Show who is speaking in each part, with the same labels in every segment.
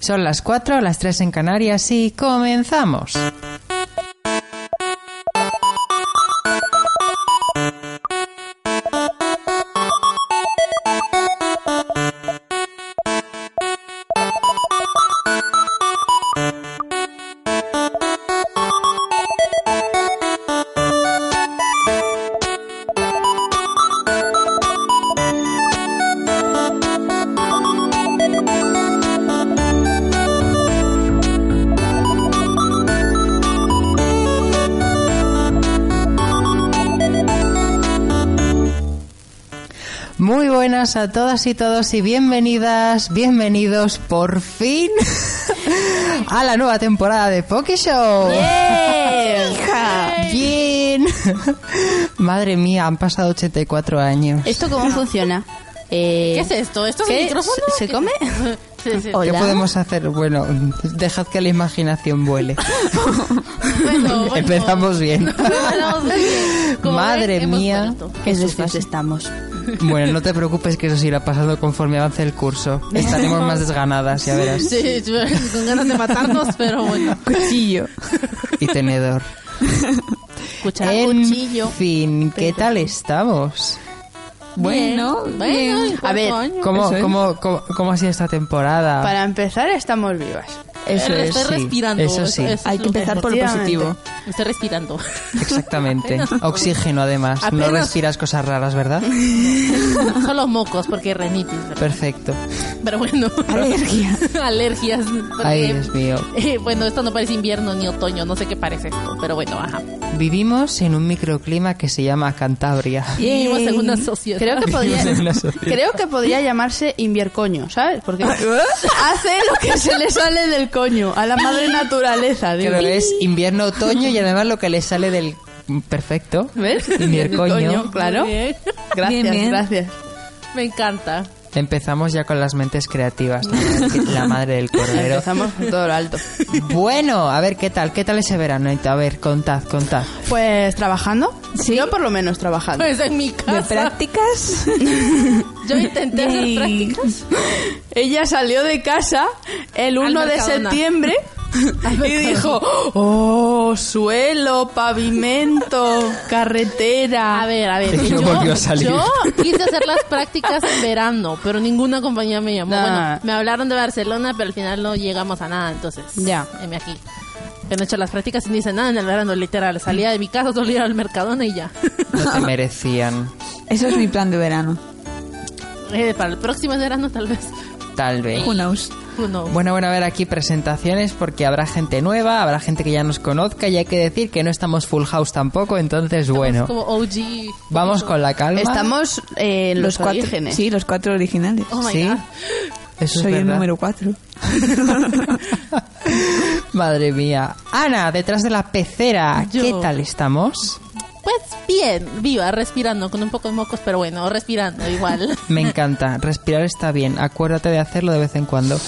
Speaker 1: Son las 4, las 3 en Canarias y comenzamos. Muy buenas a todas y todos y bienvenidas, bienvenidos por fin a la nueva temporada de Poké Show.
Speaker 2: ¡Eh!
Speaker 1: Bien. Madre mía, han pasado 84 años.
Speaker 3: ¿Esto cómo funciona? Eh,
Speaker 4: ¿Qué es esto? ¿Esto es
Speaker 3: ¿qué?
Speaker 4: un micrófono?
Speaker 3: ¿Se- se come?
Speaker 4: Sí, sí.
Speaker 1: ¿Qué
Speaker 3: Hola.
Speaker 1: podemos hacer? Bueno, dejad que la imaginación vuele.
Speaker 4: Bueno, bueno.
Speaker 1: Empezamos bien.
Speaker 4: Empezamos bien. Como
Speaker 1: Madre
Speaker 4: ves, hemos
Speaker 1: mía.
Speaker 4: vuelto.
Speaker 3: Qué sucios estamos.
Speaker 1: Bueno, no te preocupes que eso se irá pasando conforme avance el curso. Estaremos más desganadas, ya verás.
Speaker 4: Sí, yo- con ganas de matarnos, pero bueno.
Speaker 3: Cuchillo.
Speaker 1: Y tenedor.
Speaker 4: Cuchara,
Speaker 1: en
Speaker 4: cuchillo.
Speaker 1: fin, ¿qué tal estamos?
Speaker 2: Bueno,
Speaker 4: Bueno,
Speaker 2: bien.
Speaker 4: y
Speaker 3: A ver,
Speaker 4: coño.
Speaker 1: ¿Cómo,
Speaker 2: Eso es.
Speaker 1: cómo, cómo, cómo ha sido esta temporada?
Speaker 2: Para empezar, estamos vivas.
Speaker 1: eso es,
Speaker 4: Eh, Estoy
Speaker 1: sí.
Speaker 4: respirando.
Speaker 1: Eso sí.
Speaker 4: es
Speaker 2: Hay
Speaker 4: lo
Speaker 2: que empezar por lo
Speaker 4: Efectivamente.
Speaker 2: positivo.
Speaker 4: Estoy respirando.
Speaker 1: Exactamente. Oxígeno, además. No
Speaker 4: Apenas-
Speaker 1: respiras cosas raras, ¿verdad?
Speaker 4: Son los mocos, porque renitis. ¿verdad?
Speaker 1: Perfecto.
Speaker 4: Pero bueno. Alergias. Alergias. porque,
Speaker 1: Ay, Dios mío.
Speaker 4: eh, bueno, esto no parece invierno ni otoño, no sé qué parece esto, pero bueno, ajá.
Speaker 1: Vivimos en un microclima que se llama Cantabria.
Speaker 4: Vivimos en una sociedad.
Speaker 2: Creo que podría,
Speaker 1: Vivimos en una sociedad.
Speaker 2: creo que podría llamarse inviercoño, ¿sabes? Porque
Speaker 4: ¿Eh?
Speaker 2: hace lo que se le sale del coño, a la madre naturaleza. digo.
Speaker 1: Pero es invierno, otoño y además lo que le sale del... Perfecto.
Speaker 2: ¿Ves?
Speaker 1: Y mi coño.
Speaker 2: Coño, claro.
Speaker 4: Muy bien.
Speaker 2: Gracias,
Speaker 3: Bien, bien.
Speaker 2: gracias.
Speaker 4: Me encanta.
Speaker 1: Empezamos ya con las mentes creativas. ¿no? La madre del cordero.
Speaker 2: Empezamos por todo lo alto.
Speaker 1: Bueno, a ver, ¿qué tal? ¿Qué tal ese verano? A ver, contad, contad.
Speaker 2: Pues trabajando.
Speaker 3: Sí.
Speaker 2: Yo por lo menos trabajando.
Speaker 4: Pues en mi
Speaker 3: ¿De
Speaker 4: casa.
Speaker 3: prácticas?
Speaker 4: Yo intenté hacer
Speaker 3: Yay.
Speaker 4: prácticas.
Speaker 2: Ella salió de casa el
Speaker 4: Al
Speaker 2: 1 de
Speaker 4: Mercadona.
Speaker 2: septiembre y dijo, oh, suelo, pavimento, carretera.
Speaker 4: A ver, a ver.
Speaker 1: Es que
Speaker 4: yo,
Speaker 1: volvió a salir.
Speaker 4: yo quise hacer las prácticas en verano, pero ninguna compañía me llamó.
Speaker 2: Nah.
Speaker 4: Bueno, me hablaron de Barcelona, pero al final no llegamos a nada, entonces.
Speaker 2: Ya.
Speaker 4: heme aquí. Que no he hecho las prácticas y no hice nada en el verano, literal. Salía de mi casa, solo iba al Mercadona y ya.
Speaker 1: No te merecían,
Speaker 3: Eso es mi plan de verano.
Speaker 4: Eh, para el próximo verano, tal vez.
Speaker 1: tal vez.
Speaker 3: Who knows?
Speaker 4: Uno.
Speaker 1: Bueno, bueno, a ver aquí presentaciones porque habrá gente nueva, habrá gente que ya nos conozca y hay que decir que no estamos full house tampoco, entonces bueno,
Speaker 4: Como OG.
Speaker 1: vamos con la calma.
Speaker 2: Estamos eh, en los,
Speaker 3: cuatro.
Speaker 2: orígenes.
Speaker 3: Sí, los cuatro originales.
Speaker 4: Oh my
Speaker 1: Sí.
Speaker 4: God.
Speaker 1: Eso es
Speaker 3: Soy el
Speaker 1: verdad.
Speaker 3: número cuatro.
Speaker 1: Madre mía. Ana, detrás de la pecera,
Speaker 4: Yo.
Speaker 1: ¿qué tal estamos?
Speaker 4: Pues bien, viva, respirando, con un poco de mocos, pero bueno, respirando igual.
Speaker 1: Me encanta, respirar está bien, acuérdate de hacerlo de vez en cuando.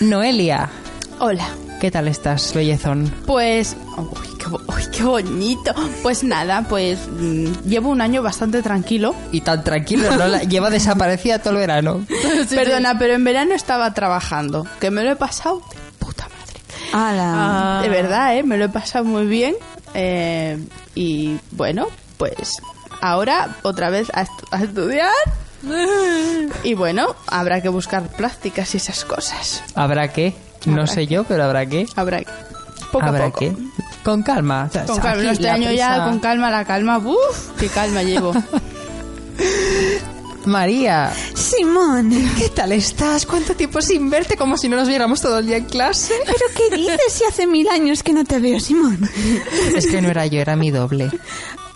Speaker 1: Noelia,
Speaker 2: Hola.
Speaker 1: ¿qué tal estás, bellezón?
Speaker 2: Pues, uy, qué, bo- uy, qué bonito. Pues nada, pues mm, llevo un año bastante tranquilo.
Speaker 1: Y tan tranquilo, ¿no? La- lleva desaparecida todo el verano.
Speaker 2: Perdona, pero en verano estaba trabajando, que me lo he pasado de puta madre.
Speaker 3: ¡Hala!
Speaker 1: Ah.
Speaker 2: De verdad, ¿eh? Me lo he pasado muy bien. eh, y bueno, pues ahora otra vez a, estu- a estudiar. Y bueno, habrá que buscar prácticas y esas cosas.
Speaker 1: ¿Habrá qué? No
Speaker 2: Habrá
Speaker 1: sé yo, pero habrá qué.
Speaker 2: Habrá que... Poco a
Speaker 1: ¿Habrá
Speaker 2: poco.
Speaker 1: qué? Con calma. O sea,
Speaker 2: Con calma,
Speaker 1: aquí
Speaker 2: no, este
Speaker 1: la
Speaker 2: año ya
Speaker 1: prisa.
Speaker 2: con calma, la calma. ¡Uf! ¡Qué calma llevo!
Speaker 1: María,
Speaker 3: Simón,
Speaker 1: ¿qué tal estás? ¿Cuánto tiempo sin verte? Como si no nos viéramos todo el día en clase.
Speaker 3: ¿pero qué dices si hace mil años que no te veo, Simón?
Speaker 1: Es que no era yo, era mi doble.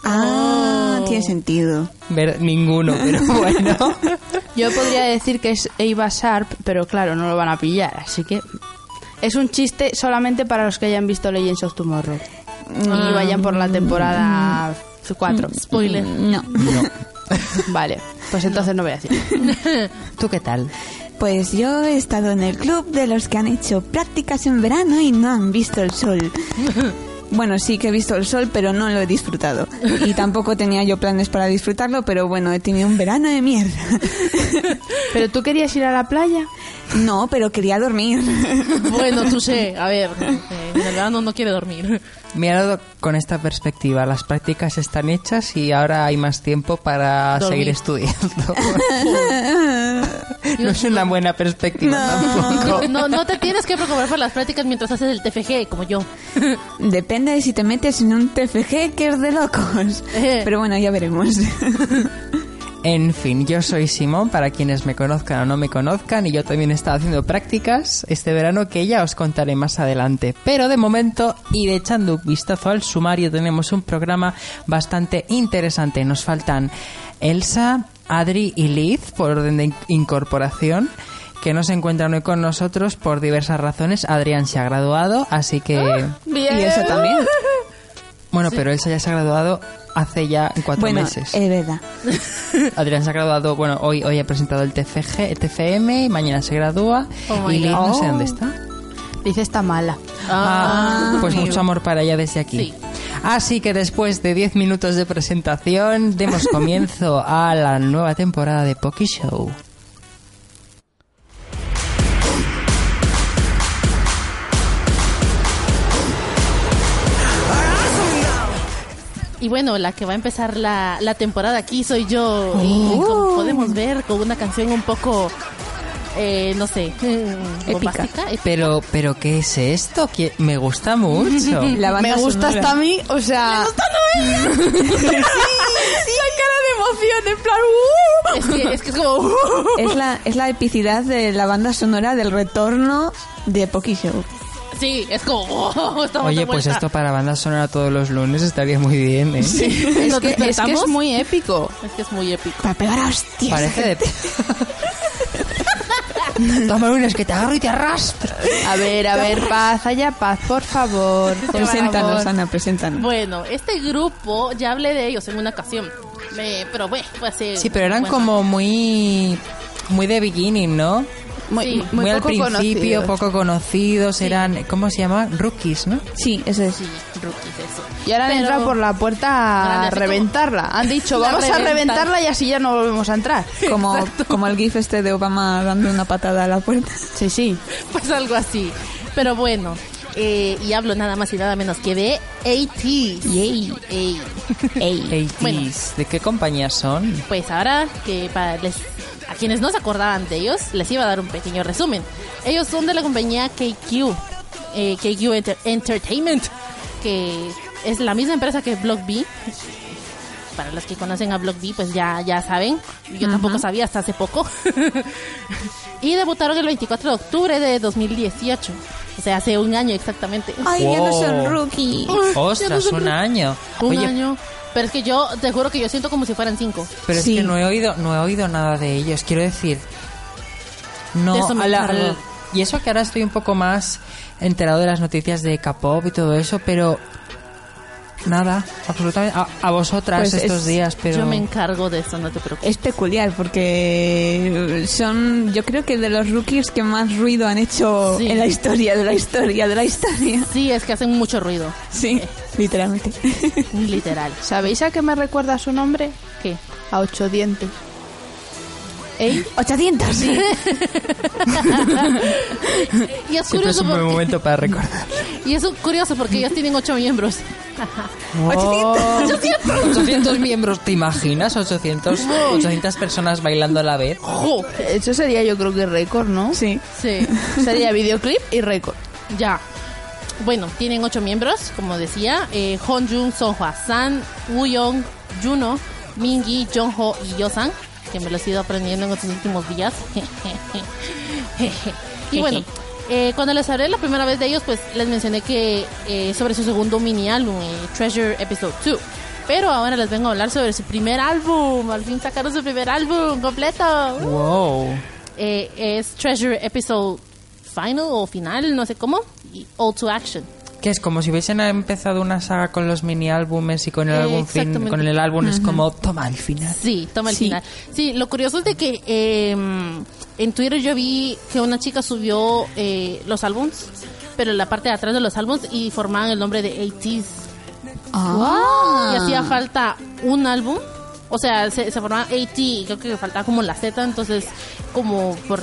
Speaker 3: Ah, tiene sentido.
Speaker 1: Ver, ninguno, pero bueno.
Speaker 2: Yo podría decir que es Eva Sharp, pero claro, no lo van a pillar, así que... Es un chiste solamente para los que hayan visto Legends of Tomorrow.
Speaker 1: Ah.
Speaker 2: Y vayan por la temporada
Speaker 1: Mm.
Speaker 2: 4.
Speaker 4: Spoiler.
Speaker 3: No.
Speaker 2: Vale, pues entonces no voy a decir.
Speaker 1: ¿Tú qué tal?
Speaker 3: Pues yo he estado en el club de los que han hecho prácticas en verano y no han visto el sol. Bueno, sí que he visto el sol, pero no lo he disfrutado. Y tampoco tenía yo planes para disfrutarlo, pero bueno, he tenido un verano de mierda.
Speaker 2: Pero tú querías ir a la playa.
Speaker 3: No, pero quería dormir.
Speaker 4: Bueno, tú sé, a ver, eh, en el verano no quiere dormir.
Speaker 1: Mirado con esta perspectiva, las prácticas están hechas y ahora hay más tiempo para
Speaker 4: Dormir.
Speaker 1: seguir estudiando. no es una buena perspectiva tampoco.
Speaker 4: No, no te tienes que preocupar por las prácticas mientras haces el TFG, como yo.
Speaker 3: Depende de si te metes en un TFG que es de locos.
Speaker 4: Eh.
Speaker 3: Pero bueno, ya veremos.
Speaker 1: En fin, yo soy Simón, para quienes me conozcan o no me conozcan, y yo también he estado haciendo prácticas este verano que ya os contaré más adelante. Pero de momento, ir echando un vistazo al sumario, tenemos un programa bastante interesante. Nos faltan Elsa, Adri y Liz, por orden de in- incorporación, que no se encuentran hoy con nosotros por diversas razones. Adrián se ha graduado, así que...
Speaker 2: Bien.
Speaker 3: Y eso también.
Speaker 1: Bueno, pero Elsa ya se ha graduado hace ya cuatro
Speaker 3: bueno, eh,
Speaker 1: meses.
Speaker 3: es verdad.
Speaker 1: Adrián se ha graduado, bueno, hoy, hoy ha presentado el TFG, el TFM, y mañana se gradúa.
Speaker 4: Oh my
Speaker 1: y Liz
Speaker 4: God.
Speaker 1: no sé dónde está.
Speaker 2: Dice está mala.
Speaker 1: Ah, pues
Speaker 3: amigo.
Speaker 1: mucho amor para ella desde aquí.
Speaker 4: Sí.
Speaker 1: Así que después de 10 minutos de presentación, demos comienzo a la nueva temporada de Poki Show.
Speaker 4: Y bueno, la que va a empezar la, la temporada aquí soy yo. Y
Speaker 1: Oh.
Speaker 4: como podemos ver, con una canción un poco, eh, no sé, mm, bombástica.
Speaker 1: Pero, pero ¿qué es esto? Que me gusta mucho.
Speaker 3: La banda
Speaker 2: Me gusta
Speaker 3: sonora.
Speaker 2: hasta a mí, o sea. Me gusta La cara de emoción, en plan. ¡uh!
Speaker 4: Es que es, que es como...
Speaker 3: Es la, es la epicidad de la banda sonora del retorno de Poki Show.
Speaker 4: sí, es como... estamos de
Speaker 1: Oye, pues
Speaker 4: vuelta.
Speaker 1: esto para banda sonora todos los lunes estaría muy bien, ¿eh?
Speaker 2: Es
Speaker 4: ¿Nos
Speaker 2: que, es que
Speaker 4: despertamos?
Speaker 2: es muy épico.
Speaker 4: Es que es muy épico.
Speaker 3: Para pegar a hostias.
Speaker 1: Parece de... Toma lunes que te agarro y te arrastro.
Speaker 2: A ver, a ver, paz, allá, paz, por favor. por
Speaker 3: Preséntanos,
Speaker 2: favor.
Speaker 3: Ana, preséntanos.
Speaker 4: Bueno, este grupo, ya hablé de ellos en una ocasión. Eh, pero bueno, fue hace...
Speaker 1: Sí, pero eran
Speaker 4: bueno,
Speaker 1: como muy muy de beginning, ¿no?
Speaker 2: Muy,
Speaker 4: Sí.
Speaker 2: muy
Speaker 1: al
Speaker 2: poco
Speaker 1: principio,
Speaker 2: conocidos.
Speaker 1: poco conocidos, eran, ¿cómo se llama? Rookies, ¿no?
Speaker 3: Sí, eso es.
Speaker 4: Sí, rookies, eso.
Speaker 2: Y ahora han
Speaker 4: Pero-
Speaker 2: entrado por la puerta
Speaker 4: Ahora
Speaker 2: a
Speaker 4: así como-
Speaker 2: reventarla. Han dicho,
Speaker 4: La
Speaker 2: vamos a
Speaker 4: reventan.
Speaker 2: reventarla y así ya no volvemos a entrar.
Speaker 3: Como, como el gif este de Obama dando una patada a la puerta.
Speaker 2: Sí, sí.
Speaker 4: Pues algo así. Pero bueno, eh, y hablo nada más y nada menos que de AT. Yay.
Speaker 3: Ey.
Speaker 1: 80s.
Speaker 4: Bueno.
Speaker 1: ¿De qué compañía son?
Speaker 4: Pues ahora que para les, a quienes no se acordaban de ellos, les iba a dar un pequeño resumen. Ellos son de la compañía KQ, eh, KQ Enter- Entertainment, que es la misma empresa que Block B. Para los que conocen a Block B, pues ya, ya saben. Yo tampoco sabía hasta hace poco. y debutaron el 24 de octubre de 2018. O sea, hace un año exactamente.
Speaker 1: Ah,
Speaker 3: Ay, ya no son
Speaker 1: Wow.
Speaker 3: rookie.
Speaker 1: Ostras, un año.
Speaker 4: Un
Speaker 1: Oye,
Speaker 4: año. Pero es que yo, te juro que yo siento como si fueran cinco.
Speaker 1: pero
Speaker 3: Sí.
Speaker 1: es que no he oído, no he oído nada de ellos. Quiero decir, no.
Speaker 4: Eso me
Speaker 1: a la-
Speaker 4: encargo.
Speaker 1: al- y eso que ahora estoy un poco más enterado de las noticias de K-pop y todo eso, pero nada, absolutamente a, a vosotras
Speaker 3: Pues
Speaker 1: estos
Speaker 3: es-
Speaker 1: días, pero
Speaker 4: Yo me encargo de eso, no te preocupes.
Speaker 3: Es peculiar porque son, yo creo que de los rookies que más ruido han hecho
Speaker 4: Sí.
Speaker 3: en la historia, de la historia, de la historia.
Speaker 4: Sí, es que hacen mucho ruido,
Speaker 3: Sí, literalmente.
Speaker 4: literal.
Speaker 2: ¿Sabéis a qué me recuerda su nombre?
Speaker 4: ¿Qué?
Speaker 2: A ocho dientes.
Speaker 4: ¿Ey?
Speaker 3: 800.
Speaker 4: Y es
Speaker 1: siempre es
Speaker 4: curioso
Speaker 1: un buen
Speaker 4: porque,
Speaker 1: momento para recordar.
Speaker 4: y es curioso porque ellos tienen ocho miembros.
Speaker 1: Oh. 800 miembros, ¿te imaginas? 800, 800 personas bailando a la vez.
Speaker 4: ¡Jo!
Speaker 2: Eso sería yo creo que récord, ¿no?
Speaker 3: Sí.
Speaker 4: Sí,
Speaker 2: Sería videoclip y récord.
Speaker 4: ya. Bueno, tienen ocho miembros, como decía. Eh, Honjun, Songhwa, San, Wooyoung, Juno, Mingi, Jongho y Yosan, que me los he ido aprendiendo en estos últimos días. y bueno, eh, cuando les hablé la primera vez de ellos, pues les mencioné que eh, sobre su segundo mini álbum, eh, Treasure Episode 2. Pero ahora les vengo a hablar sobre su primer álbum. Al fin sacaron su primer álbum completo.
Speaker 1: Wow.
Speaker 4: Eh, es Treasure Episode Final o Final, no sé cómo. Y All to Action.
Speaker 1: Que es como si hubiesen empezado una saga con los mini álbumes y con el
Speaker 4: Eh,
Speaker 1: álbum fin,
Speaker 4: exactamente.
Speaker 1: con el álbum es como toma el final.
Speaker 4: Sí, toma el
Speaker 3: Sí.
Speaker 4: final. Sí, lo curioso es de que em, eh, en Twitter yo vi que una chica subió eh, los álbums, pero en la parte de atrás de los álbumes y formaban el nombre de 80s. Y hacía falta un álbum. O sea, se, se formaba 80 y creo que faltaba como la Z, entonces como por,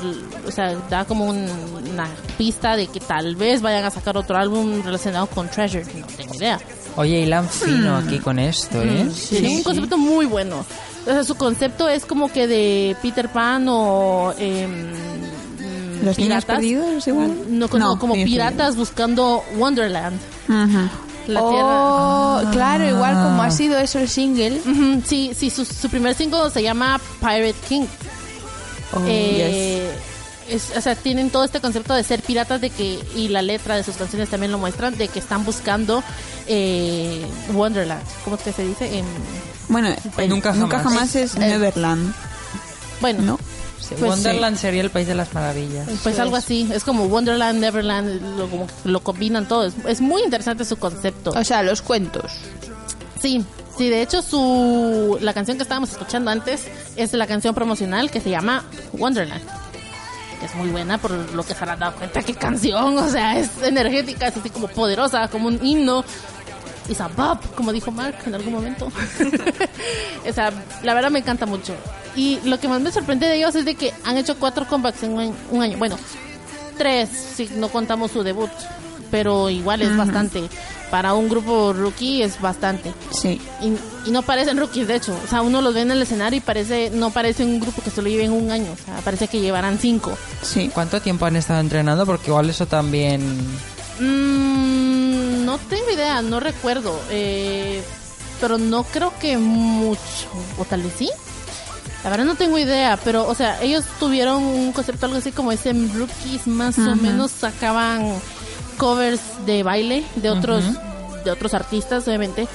Speaker 4: o sea, da como un- una pista de que tal vez vayan a sacar otro álbum relacionado con Treasure, no tengo idea.
Speaker 1: Oye, Ilan fino aquí con esto, ¿eh?
Speaker 4: Sí, un concepto muy bueno. O sea, su concepto es como que de Peter Pan o em, mm, Ah,
Speaker 3: ¿Los niños perdidos, igual?
Speaker 4: No, como,
Speaker 3: No,
Speaker 4: como
Speaker 3: niños
Speaker 4: piratas buscando Wonderland,
Speaker 3: Ajá.
Speaker 4: la tierra.
Speaker 2: Oh, claro, igual como ha sido eso el single.
Speaker 4: Ujú, Sí, sí, su, su primer single se llama Pirate King. Oh,
Speaker 3: Oh,
Speaker 4: Eh, es- o sea, tienen todo este concepto de ser piratas de que y la letra de sus canciones también lo muestran de que están buscando eh, Wonderland. ¿Cómo es que se dice? Em,
Speaker 3: Bueno, el
Speaker 1: Pues Nunca jamás.
Speaker 3: es
Speaker 4: Eh,
Speaker 3: Neverland,
Speaker 4: bueno,
Speaker 3: ¿no?
Speaker 1: Sí,
Speaker 4: Pues
Speaker 1: Wonderland sería el país de las maravillas.
Speaker 4: Pues algo así, es como Wonderland, Neverland, lo, como que lo combinan todo. Es, es muy interesante su concepto.
Speaker 2: O sea, los cuentos.
Speaker 4: Sí, sí, de hecho su la canción que estábamos escuchando antes es la canción promocional que se llama Wonderland. que Es muy buena por lo que se habrán dado cuenta qué canción, o sea, es energética, es así como poderosa, como un himno. It's a bop, como dijo Mark en algún momento. o sea, la verdad me encanta mucho. Y lo que más me sorprende de ellos es de que han hecho cuatro comebacks en un un año. Bueno, tres, si no contamos su debut. Pero igual es bastante. Para un grupo rookie es bastante.
Speaker 3: Sí.
Speaker 4: Y, y no parecen rookies, de hecho. O sea, uno los ve en el escenario y parece no parece un grupo que solo lleven un año. O sea, parece que llevarán cinco.
Speaker 3: Sí.
Speaker 1: ¿Cuánto tiempo han estado entrenando? Porque igual eso también...
Speaker 4: Mm, no tengo idea, no recuerdo. eh, pero no creo que mucho. O tal vez sí. La verdad no tengo idea, pero, o sea, ellos tuvieron un concepto algo así como ese rookies, más o menos sacaban covers de baile de otros, de otros artistas, obviamente.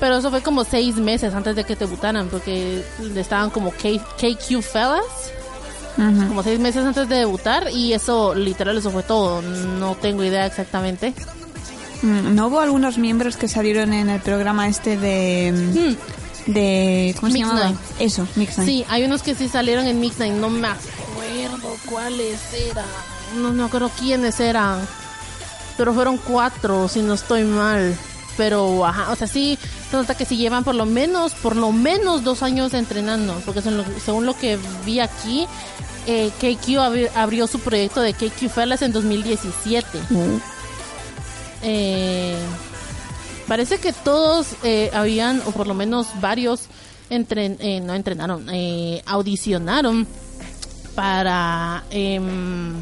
Speaker 4: Pero eso fue como seis meses antes de que debutaran, porque estaban como K- KQ Fellas,
Speaker 3: Ujú.
Speaker 4: como seis meses antes de debutar y eso literal eso fue todo no tengo idea exactamente
Speaker 3: Mm, ¿No hubo algunos miembros que salieron en el programa este de...
Speaker 4: Hmm,
Speaker 3: de ¿Cómo se
Speaker 4: Mix
Speaker 3: llamaba?
Speaker 4: Night.
Speaker 3: Eso, Mix Night.
Speaker 4: sí hay unos que sí salieron en Mix Night no me acuerdo cuáles eran no me acuerdo quiénes eran pero fueron cuatro si no estoy mal pero ajá o sea sí se nota que sí llevan por lo menos por lo menos dos años entrenando porque son lo- según lo que vi aquí eh, KQ abri- abrió su proyecto de KQ Fellas en 2017
Speaker 3: Uh,
Speaker 4: Eh, parece que todos eh, habían, o por lo menos varios, entren, eh, no entrenaron, eh, audicionaron para em,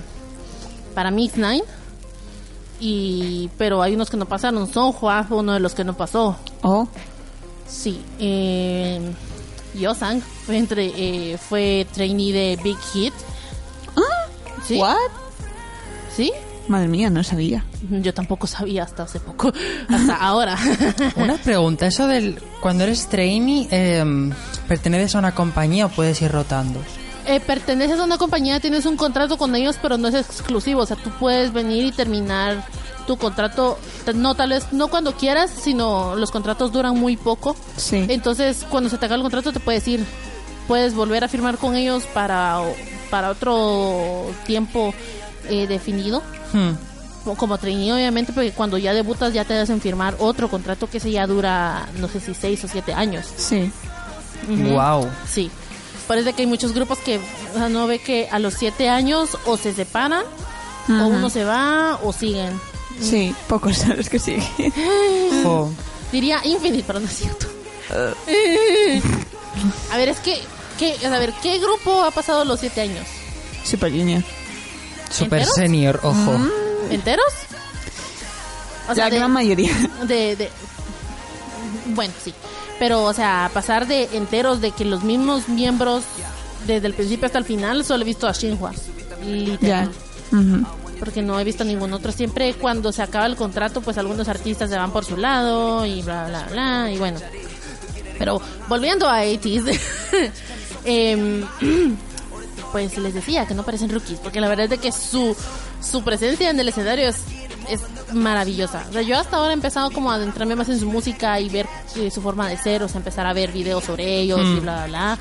Speaker 4: para Mix Nine. Y, pero hay unos que no pasaron. Son Juan fue uno de los que no pasó.
Speaker 3: Oh,
Speaker 4: Sí. Eh, Yosang fue, entre, eh, fue trainee de Big Hit. ¿Sí?
Speaker 3: what?
Speaker 4: ¿Sí?
Speaker 3: Madre mía, no sabía.
Speaker 4: Yo tampoco sabía hasta hace poco. Hasta ahora.
Speaker 1: Una pregunta, eso del... Cuando eres trainee, eh, ¿perteneces a una compañía o puedes ir rotando?
Speaker 4: Eh, perteneces a una compañía, tienes un contrato con ellos, pero no es exclusivo. O sea, tú puedes venir y terminar tu contrato, t- no tal vez, no cuando quieras, sino los contratos duran muy poco.
Speaker 3: Sí.
Speaker 4: Entonces, cuando se te acaba el contrato, te puedes ir. Puedes volver a firmar con ellos para, para otro tiempo eh, definido.
Speaker 1: Hmm.
Speaker 4: o Como trainee, obviamente, porque cuando ya debutas ya te hacen firmar otro contrato que ese ya dura, no sé si seis o siete años.
Speaker 3: Sí.
Speaker 4: Ujú.
Speaker 1: Wow.
Speaker 4: Sí. Parece que hay muchos grupos que o sea, no ve que a los siete años o se separan,
Speaker 3: Ajá.
Speaker 4: o uno se va, o siguen.
Speaker 3: Sí, pocos son los que siguen.
Speaker 1: Jo.
Speaker 4: Diría Infinite, pero no es cierto.
Speaker 3: Ah.
Speaker 4: a ver, es que, que- a ver, ¿qué grupo ha pasado los siete años?
Speaker 3: Super Junior.
Speaker 1: Super
Speaker 4: ¿Enteros? Mm,
Speaker 1: senior, ojo.
Speaker 4: ¿Enteros? O sea,
Speaker 3: la
Speaker 4: de-
Speaker 3: gran mayoría.
Speaker 4: de, de- bueno sí pero o sea pasar de enteros de que los mismos miembros desde el principio hasta el final solo he visto a Shinhwa literal
Speaker 3: Ya. Ujú.
Speaker 4: porque no he visto ningún otro siempre cuando se acaba el contrato pues algunos artistas se van por su lado y bla bla bla y bueno pero volviendo a 80s em, pues les decía que no parecen rookies porque la verdad es de que su su presencia en el escenario es, es maravillosa O sea, yo hasta ahora he empezado como a adentrarme más en su música y ver eh, su forma de ser o sea empezar a ver videos sobre ellos
Speaker 3: Mm.
Speaker 4: y bla bla bla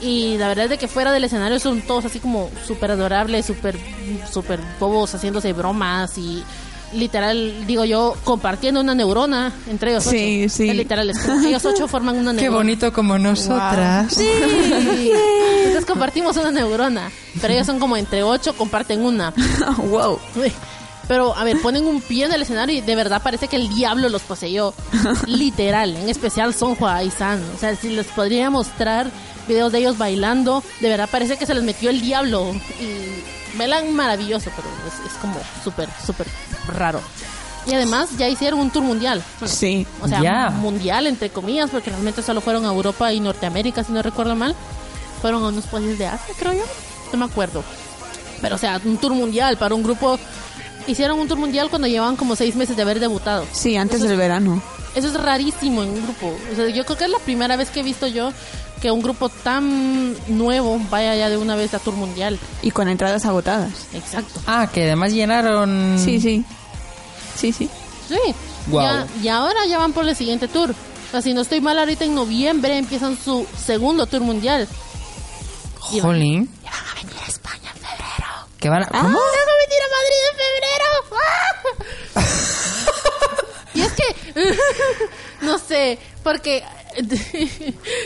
Speaker 4: y la verdad es de que fuera del escenario son todos así como súper adorables, súper super bobos, haciéndose bromas y literal, digo yo, compartiendo una neurona entre ellos
Speaker 3: Sí,
Speaker 4: ocho.
Speaker 3: sí.
Speaker 4: Es Literal, es como ellos ocho forman una neurona.
Speaker 1: Qué bonito como nosotras.
Speaker 4: Sí. Entonces compartimos una neurona, pero ellos son como entre ocho, comparten una.
Speaker 3: wow.
Speaker 4: Uy. Pero, a ver, ponen un pie en el escenario y de verdad parece que el diablo los poseyó. Literal, en especial Sonhua y San. O sea, si les podría mostrar videos de ellos bailando, de verdad parece que se les metió el diablo. Y bailan maravilloso, pero es, es como súper, súper raro. Y además ya hicieron un tour mundial. Bueno,
Speaker 3: Sí.
Speaker 4: o sea,
Speaker 1: Ya.
Speaker 4: mundial, entre comillas, porque realmente solo fueron a Europa y Norteamérica, si no recuerdo mal. Fueron a unos países de Asia, creo yo. No me acuerdo. Pero, o sea, un tour mundial para un grupo. Hicieron un tour mundial cuando llevaban como seis meses de haber debutado.
Speaker 3: Sí, antes del verano.
Speaker 4: Eso es rarísimo en un grupo. O sea, yo creo que es la primera vez que he visto yo que un grupo tan nuevo vaya ya de una vez a tour mundial.
Speaker 3: Y con entradas agotadas.
Speaker 4: Exacto.
Speaker 1: Ah, que además
Speaker 4: Mm.
Speaker 1: llenaron.
Speaker 3: Sí, sí. Sí, sí.
Speaker 4: Sí.
Speaker 1: Guau.
Speaker 4: Ya- y ahora ya van por el siguiente tour. O sea, si no estoy mal, ahorita en noviembre empiezan su segundo tour mundial.
Speaker 1: Jolín.
Speaker 4: Y van a venir a España en febrero. Ah,
Speaker 1: Que van a- ¿Cómo?
Speaker 4: ¡Van a venir a Madrid en febrero! ¡Ah! y es que... no sé, porque...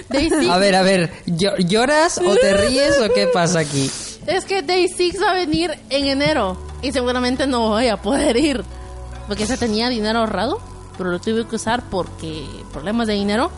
Speaker 4: Day
Speaker 1: A ver, a ver, ¿llo- ¿lloras o te ríes o qué pasa aquí?
Speaker 4: Es que Day 6 va a venir en enero y seguramente no voy a poder ir. Porque se tenía dinero ahorrado, pero lo tuve que usar porque problemas de dinero.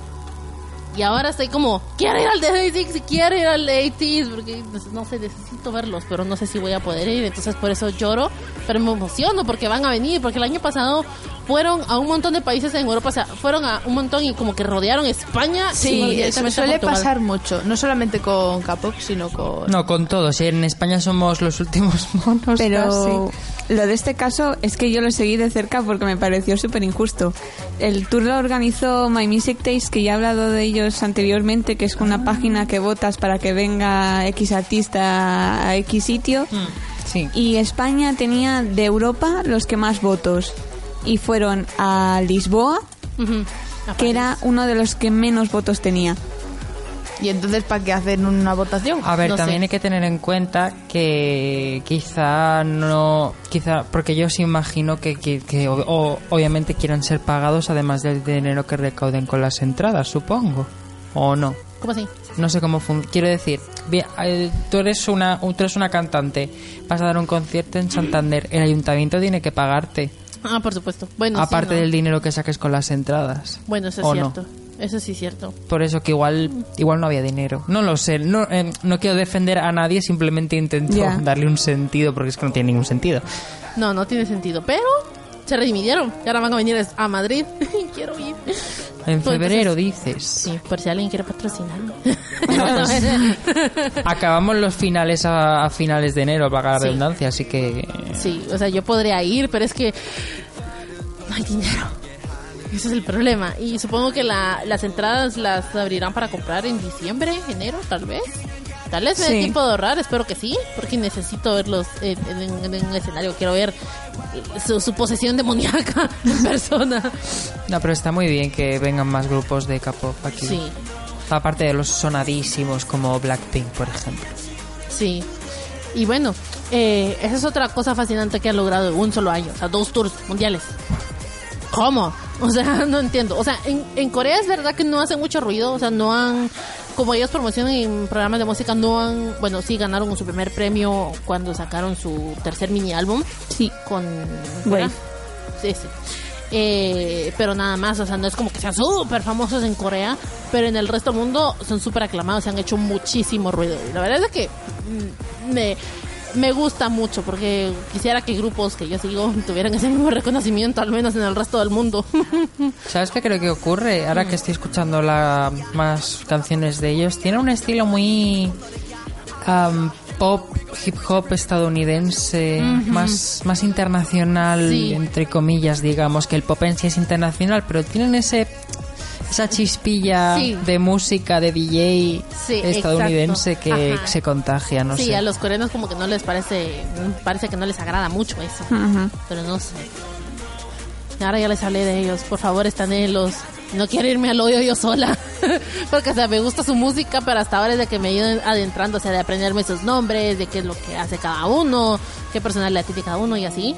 Speaker 4: Y ahora estoy como, quiero ir al de Day 6 y quiero ir al de 80 porque pues, no sé, necesito verlos, pero no sé si voy a poder ir. Entonces por eso lloro, pero me emociono porque van a venir. Porque el año pasado fueron a un montón de países en Europa, o sea, fueron a un montón y como que rodearon España. y
Speaker 2: Sí, eso
Speaker 4: directamente a
Speaker 2: suele
Speaker 4: Portugal.
Speaker 2: pasar mucho. No solamente con K-pop, sino con.
Speaker 1: No, con todos. ¿eh? En España somos los últimos monos.
Speaker 3: Pero lo de este caso es que yo lo seguí de cerca porque me pareció súper injusto. El tour lo organizó My Music Taste, que ya he hablado de ellos anteriormente, que es una página que votas para que venga X artista a X sitio.
Speaker 1: casi. Mm, Sí.
Speaker 3: Y España tenía de Europa los que más votos. Y fueron a Lisboa,
Speaker 4: Ujú.
Speaker 3: que era uno de los que menos votos tenía.
Speaker 2: ¿Y entonces para qué hacen una votación?
Speaker 1: A ver,
Speaker 4: No
Speaker 1: también
Speaker 4: sé.
Speaker 1: hay que tener en cuenta que quizá no, quizá, porque yo sí imagino que, que- que o- o- obviamente quieran ser pagados además del dinero que recauden con las entradas, supongo, o no.
Speaker 4: ¿Cómo así?
Speaker 1: No sé cómo fun- Quiero decir, vi- eh, tú eres una, un- tú eres una cantante, vas a dar un concierto en Santander, el ayuntamiento tiene que pagarte,
Speaker 4: Ah, por supuesto. Bueno, sí,
Speaker 1: aparte
Speaker 4: ¿no?
Speaker 1: del dinero que saques con las entradas.
Speaker 4: Bueno, eso es
Speaker 1: ¿o no?
Speaker 4: cierto. Eso sí es cierto.
Speaker 1: Por eso que igual igual no había dinero. No lo sé. No, eh, no quiero defender a nadie, simplemente intento
Speaker 3: Ya.
Speaker 1: darle un sentido porque es que no tiene ningún sentido.
Speaker 4: No, no tiene sentido. Pero se redimieron. Y ahora van a venir a Madrid. Quiero ir.
Speaker 1: En
Speaker 4: Pues
Speaker 1: febrero
Speaker 4: entonces-
Speaker 1: dices.
Speaker 4: Sí, por si alguien quiere patrocinarme.
Speaker 1: Acabamos los finales a, a finales de enero, para la
Speaker 4: Sí.
Speaker 1: redundancia, así que...
Speaker 4: sí, o sea, yo podría ir, pero es que no hay dinero. Ese es el problema. Y supongo que la- las entradas las abrirán para comprar en diciembre, enero, tal vez. Tal vez me dé
Speaker 3: Sí.
Speaker 4: tiempo de ahorrar, espero que sí, porque necesito verlos en, en- en- en un escenario. Quiero ver eh, su, su posesión demoníaca en persona.
Speaker 1: No, pero está muy bien que vengan más grupos de K-pop aquí.
Speaker 4: Sí,
Speaker 1: Aparte de los sonadísimos como Blackpink, por ejemplo.
Speaker 4: sí. Y bueno, eh, esa es otra cosa fascinante que ha logrado en un solo año. O sea, dos tours mundiales. ¿Cómo? O sea, no entiendo. O sea, en, en Corea es verdad que no hacen mucho ruido. O sea, no han. Como ellos promocionan en programas de música, no han. Bueno, sí ganaron su primer premio cuando sacaron su tercer mini álbum.
Speaker 3: Sí.
Speaker 4: Con.
Speaker 3: Wave.
Speaker 4: Sí, sí. Eh, pero nada más, o sea, no es como que sean súper famosos en Corea, pero en el resto del mundo son súper aclamados, se han hecho muchísimo ruido. Y la verdad es que mm, me, me gusta mucho, porque quisiera que grupos que yo sigo tuvieran ese mismo reconocimiento, al menos en el resto del mundo.
Speaker 1: ¿Sabes qué creo que ocurre? Ahora que estoy escuchando la, más canciones de ellos, tienen un estilo muy am, pop, hip hop estadounidense, más, más internacional,
Speaker 4: Sí.
Speaker 1: entre comillas, digamos, que el pop en sí es internacional, pero tienen ese esa chispilla
Speaker 4: Sí.
Speaker 1: de música de DJ
Speaker 4: Sí,
Speaker 1: estadounidense
Speaker 4: exacto.
Speaker 1: que
Speaker 4: Ajá.
Speaker 1: se contagia, no
Speaker 4: sí,
Speaker 1: sé.
Speaker 4: a los coreanos como que no les parece, parece que no les agrada mucho eso,
Speaker 3: Ujú.
Speaker 4: pero no sé. Ahora ya les hablé de ellos, por favor, estanelos. No quiero irme al hoyo yo sola, porque o sea, me gusta su música, pero hasta ahora es de que me ayuden adentrando, o sea, de aprenderme sus nombres, de qué es lo que hace cada uno, qué personalidad tiene cada uno y así.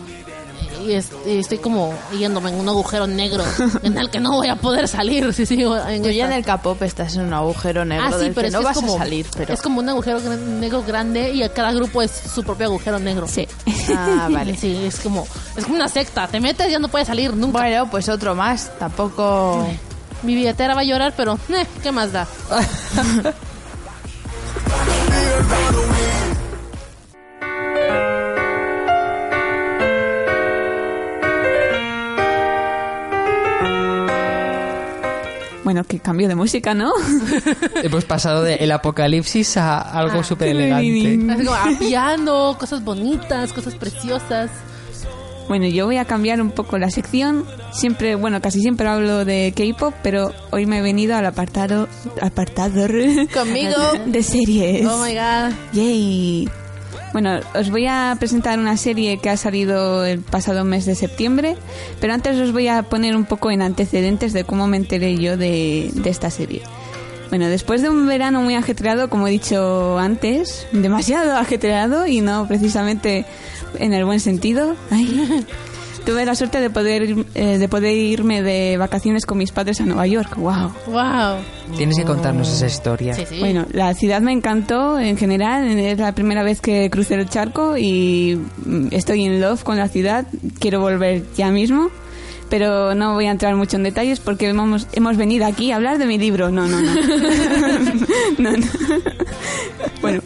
Speaker 4: y es- y estoy como yéndome en un agujero negro en el que no voy a poder salir si sigo en
Speaker 2: Tú ya
Speaker 4: esta.
Speaker 2: en el capop estás en un agujero negro del que
Speaker 4: Ah, es
Speaker 2: no
Speaker 4: que
Speaker 2: vas
Speaker 4: es como,
Speaker 2: a salir, pero...
Speaker 4: es como un agujero gr- negro grande y a cada grupo es su propio agujero negro.
Speaker 3: Sí.
Speaker 2: Ah, vale.
Speaker 4: Sí, es como, es como una secta. Te metes y ya no puedes salir nunca.
Speaker 2: Bueno, pues otro más. Tampoco...
Speaker 4: Mi billetera va a llorar, pero eh, ¿qué más da?
Speaker 3: Bueno, qué cambio de música, ¿no?
Speaker 1: Hemos pasado de el apocalipsis a algo
Speaker 4: Ah.
Speaker 1: súper elegante.
Speaker 4: Así como, ah, piano, cosas bonitas, cosas preciosas.
Speaker 3: Bueno, yo voy a cambiar un poco la sección. Siempre, bueno, casi siempre hablo de K-pop, pero hoy me he venido al apartado, apartado
Speaker 2: Conmigo.
Speaker 3: de series.
Speaker 4: Oh my god.
Speaker 3: Yay. Bueno, os voy a presentar una serie que ha salido el pasado mes de septiembre, pero antes os voy a poner un poco en antecedentes de cómo me enteré yo de, de esta serie. Bueno, después de un verano muy ajetreado, como he dicho antes, demasiado ajetreado y no precisamente en el buen sentido, ay, tuve la suerte de poder, ir- eh, de poder irme de vacaciones con mis padres a Nueva York. ¡Wow!
Speaker 4: Wow.
Speaker 1: Tienes que contarnos esa historia.
Speaker 4: Sí, sí.
Speaker 3: Bueno, la ciudad me encantó en general. Es la primera vez que crucé el charco y mm, estoy in love con la ciudad. Quiero volver ya mismo, pero no voy a entrar mucho en detalles porque hemos, hemos venido aquí a hablar de mi libro. No, no, no. no, no. bueno.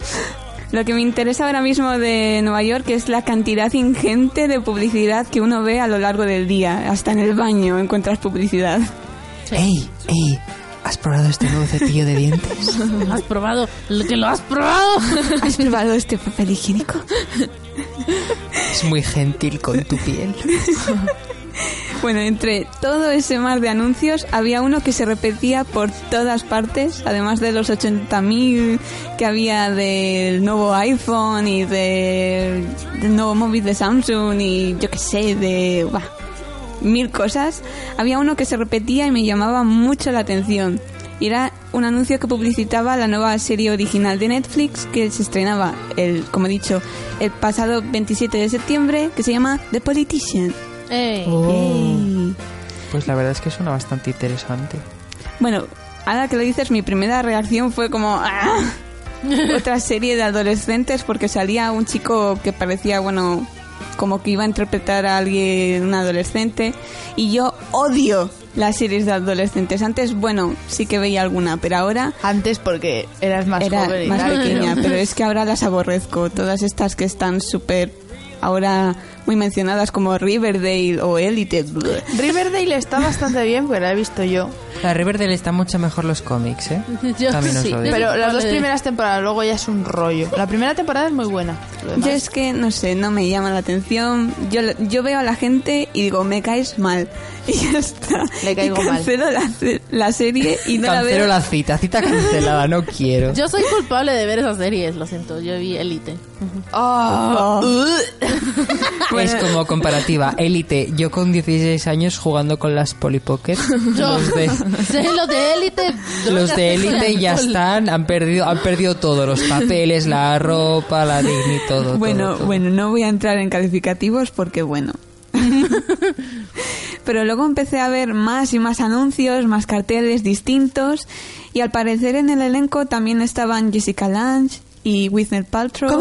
Speaker 3: Lo que me interesa ahora mismo de Nueva York es la cantidad ingente de publicidad que uno ve a lo largo del día. Hasta en el baño encuentras publicidad.
Speaker 1: ¡Ey! ¡Ey! ¿Has probado este nuevo cepillo de dientes?
Speaker 4: Lo has probado. Lo que lo has probado.
Speaker 3: ¿Has probado este papel higiénico?
Speaker 1: Es muy gentil con tu piel.
Speaker 3: Bueno, entre todo ese mar de anuncios había uno que se repetía por todas partes, además de los 80.000 que había del nuevo iPhone y del, del nuevo móvil de Samsung y yo qué sé, de... buah, mil cosas. Había uno que se repetía y me llamaba mucho la atención. Y era un anuncio que publicitaba la nueva serie original de Netflix que se estrenaba, el, como he dicho, el pasado 27 de septiembre, que se llama The Politician.
Speaker 4: Ey.
Speaker 1: Oh.
Speaker 3: Yay.
Speaker 1: Pues la verdad es que suena bastante interesante.
Speaker 3: Bueno, ahora que lo dices, mi primera reacción fue como... "Ah". Otra serie de adolescentes porque salía un chico que parecía, bueno, como que iba a interpretar a alguien, un adolescente. Y yo odio las series de adolescentes. Antes, bueno, sí que veía alguna, pero ahora
Speaker 2: Antes porque eras más
Speaker 3: era
Speaker 2: joven y
Speaker 3: más
Speaker 2: tal,
Speaker 3: pequeña,
Speaker 2: pero-
Speaker 3: pero es que ahora las aborrezco. Todas estas que están súper ahora muy mencionadas como Riverdale o Elite. bleh.
Speaker 2: Riverdale está bastante bien porque la he visto yo.
Speaker 1: La Riverdale está mucho mejor los cómics, ¿eh?
Speaker 4: Yo
Speaker 1: También os
Speaker 4: sí.
Speaker 1: lo digo.
Speaker 2: Pero las dos
Speaker 4: Vale.
Speaker 2: primeras temporadas, luego ya es un rollo. La primera temporada es muy buena. lo demás-
Speaker 3: Yo es que, no sé, no me llama la atención. Yo, yo veo a la gente y digo, me caes mal. Y ya está.
Speaker 2: Le caigo
Speaker 3: y
Speaker 2: mal.
Speaker 3: cancelo La, ce- la serie y no la
Speaker 1: Cancelo
Speaker 3: veo.
Speaker 1: la cita, cita cancelada, no quiero.
Speaker 4: Yo soy culpable de ver esas series, lo siento. Yo vi Elite.
Speaker 3: Ah.
Speaker 2: Oh.
Speaker 1: Es como comparativa, élite, yo con 16 años jugando con las polipockets,
Speaker 4: Yo
Speaker 1: los de,
Speaker 4: Sí, los de Elite.
Speaker 1: los de élite ya están, han perdido, han perdido todo, los papeles, la ropa, la dignidad, todo. todo,
Speaker 3: bueno,
Speaker 1: todo.
Speaker 3: bueno, no voy a entrar en calificativos porque bueno. Pero luego empecé a ver más y más anuncios, más carteles distintos y al parecer en el elenco también estaban Jessica Lange y Whitney Paltrow.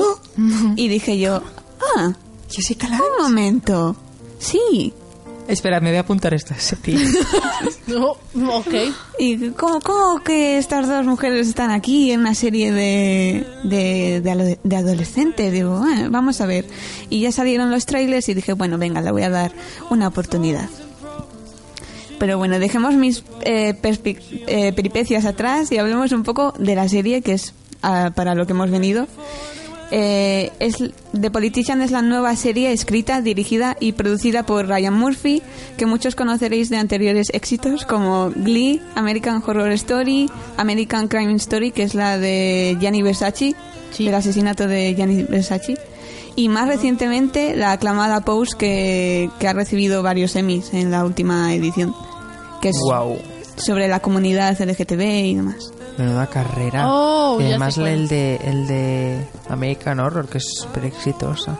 Speaker 3: Y dije yo, ah, Jessica Lange. Un momento. Sí.
Speaker 1: Espera, me voy a apuntar esta serie.
Speaker 4: No, ok.
Speaker 3: ¿Y cómo, cómo que estas dos mujeres están aquí en una serie de, de, de alo- de adolescentes? Digo, bueno, vamos a ver. Y ya salieron los trailers y dije, bueno, venga, le voy a dar una oportunidad. Pero bueno, dejemos mis eh, perspi- eh, peripecias atrás y hablemos un poco de la serie que es ah, para lo que hemos venido. Eh, es, The Politician es la nueva serie escrita, dirigida y producida por Ryan Murphy, que muchos conoceréis de anteriores éxitos como Glee, American Horror Story, American Crime Story, que es la de Gianni Versace,
Speaker 4: Sí.
Speaker 3: el asesinato de Gianni Versace, y más recientemente la aclamada Pose, que, que ha recibido varios Emmys en la última edición, que es
Speaker 1: Guau.
Speaker 3: sobre la comunidad LGTB y demás.
Speaker 1: Menuda carrera.
Speaker 4: Oh,
Speaker 1: y
Speaker 4: ya sé
Speaker 1: además
Speaker 4: cuál.
Speaker 1: el de, el de American Horror, que es súper exitosa.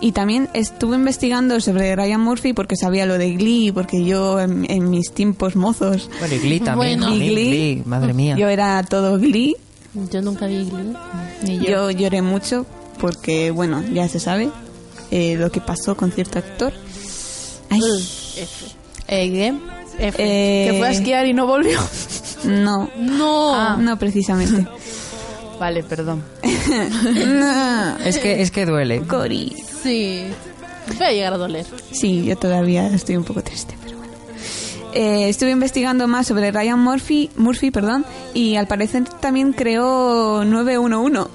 Speaker 3: Y también estuve investigando sobre Ryan Murphy porque sabía lo de Glee, porque yo en, en mis tiempos mozos,
Speaker 1: Bueno, y Glee también.
Speaker 4: Bueno.
Speaker 1: ¿no? Glee,
Speaker 3: Y Glee.
Speaker 1: Glee, madre mía.
Speaker 3: yo era todo Glee.
Speaker 4: Yo nunca vi Glee.
Speaker 3: Y yo lloré mucho porque, bueno, ya se sabe eh, lo que pasó con cierto actor. Ay,
Speaker 4: F.
Speaker 2: Eh, ¿Qué?
Speaker 4: F.
Speaker 3: eh,
Speaker 2: Que fue a esquiar y no volvió.
Speaker 3: No,
Speaker 4: no.
Speaker 3: no precisamente.
Speaker 2: Vale, perdón.
Speaker 3: No,
Speaker 1: Es que, es que duele.
Speaker 3: Cory.
Speaker 4: Sí. Voy a llegar a doler.
Speaker 3: Sí, yo todavía estoy un poco triste, pero bueno. Eh, estuve investigando más sobre Ryan Murphy, Murphy perdón, y al parecer también creó 911,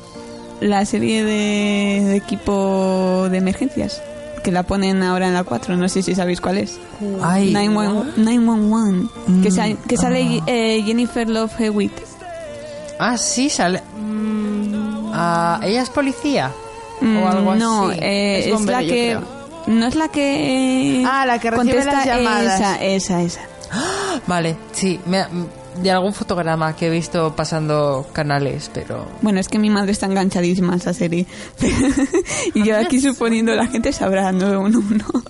Speaker 3: la serie de, de equipo de emergencias, que la ponen ahora en la 4, no sé si sabéis cuál es.
Speaker 1: Ay.
Speaker 3: 911, 911, que,
Speaker 1: Mm,
Speaker 3: sa- que sale
Speaker 2: ah.
Speaker 3: eh, Jennifer Love Hewitt.
Speaker 1: Ah, sí, sale. Ah, ¿Ella es policía?
Speaker 3: Mm,
Speaker 1: o algo
Speaker 3: no,
Speaker 1: así.
Speaker 3: eh,
Speaker 2: Es
Speaker 3: es,
Speaker 2: bombero,
Speaker 3: la
Speaker 2: yo
Speaker 3: que... No es la que... eh,
Speaker 2: Ah, la que recibe
Speaker 3: contesta
Speaker 2: las llamadas.
Speaker 3: Esa, esa, esa.
Speaker 1: Vale, sí. me- de algún fotograma que he visto pasando canales, pero.
Speaker 3: Bueno, es que mi madre está enganchadísima a esa serie. y yo aquí suponiendo la gente sabrá 911.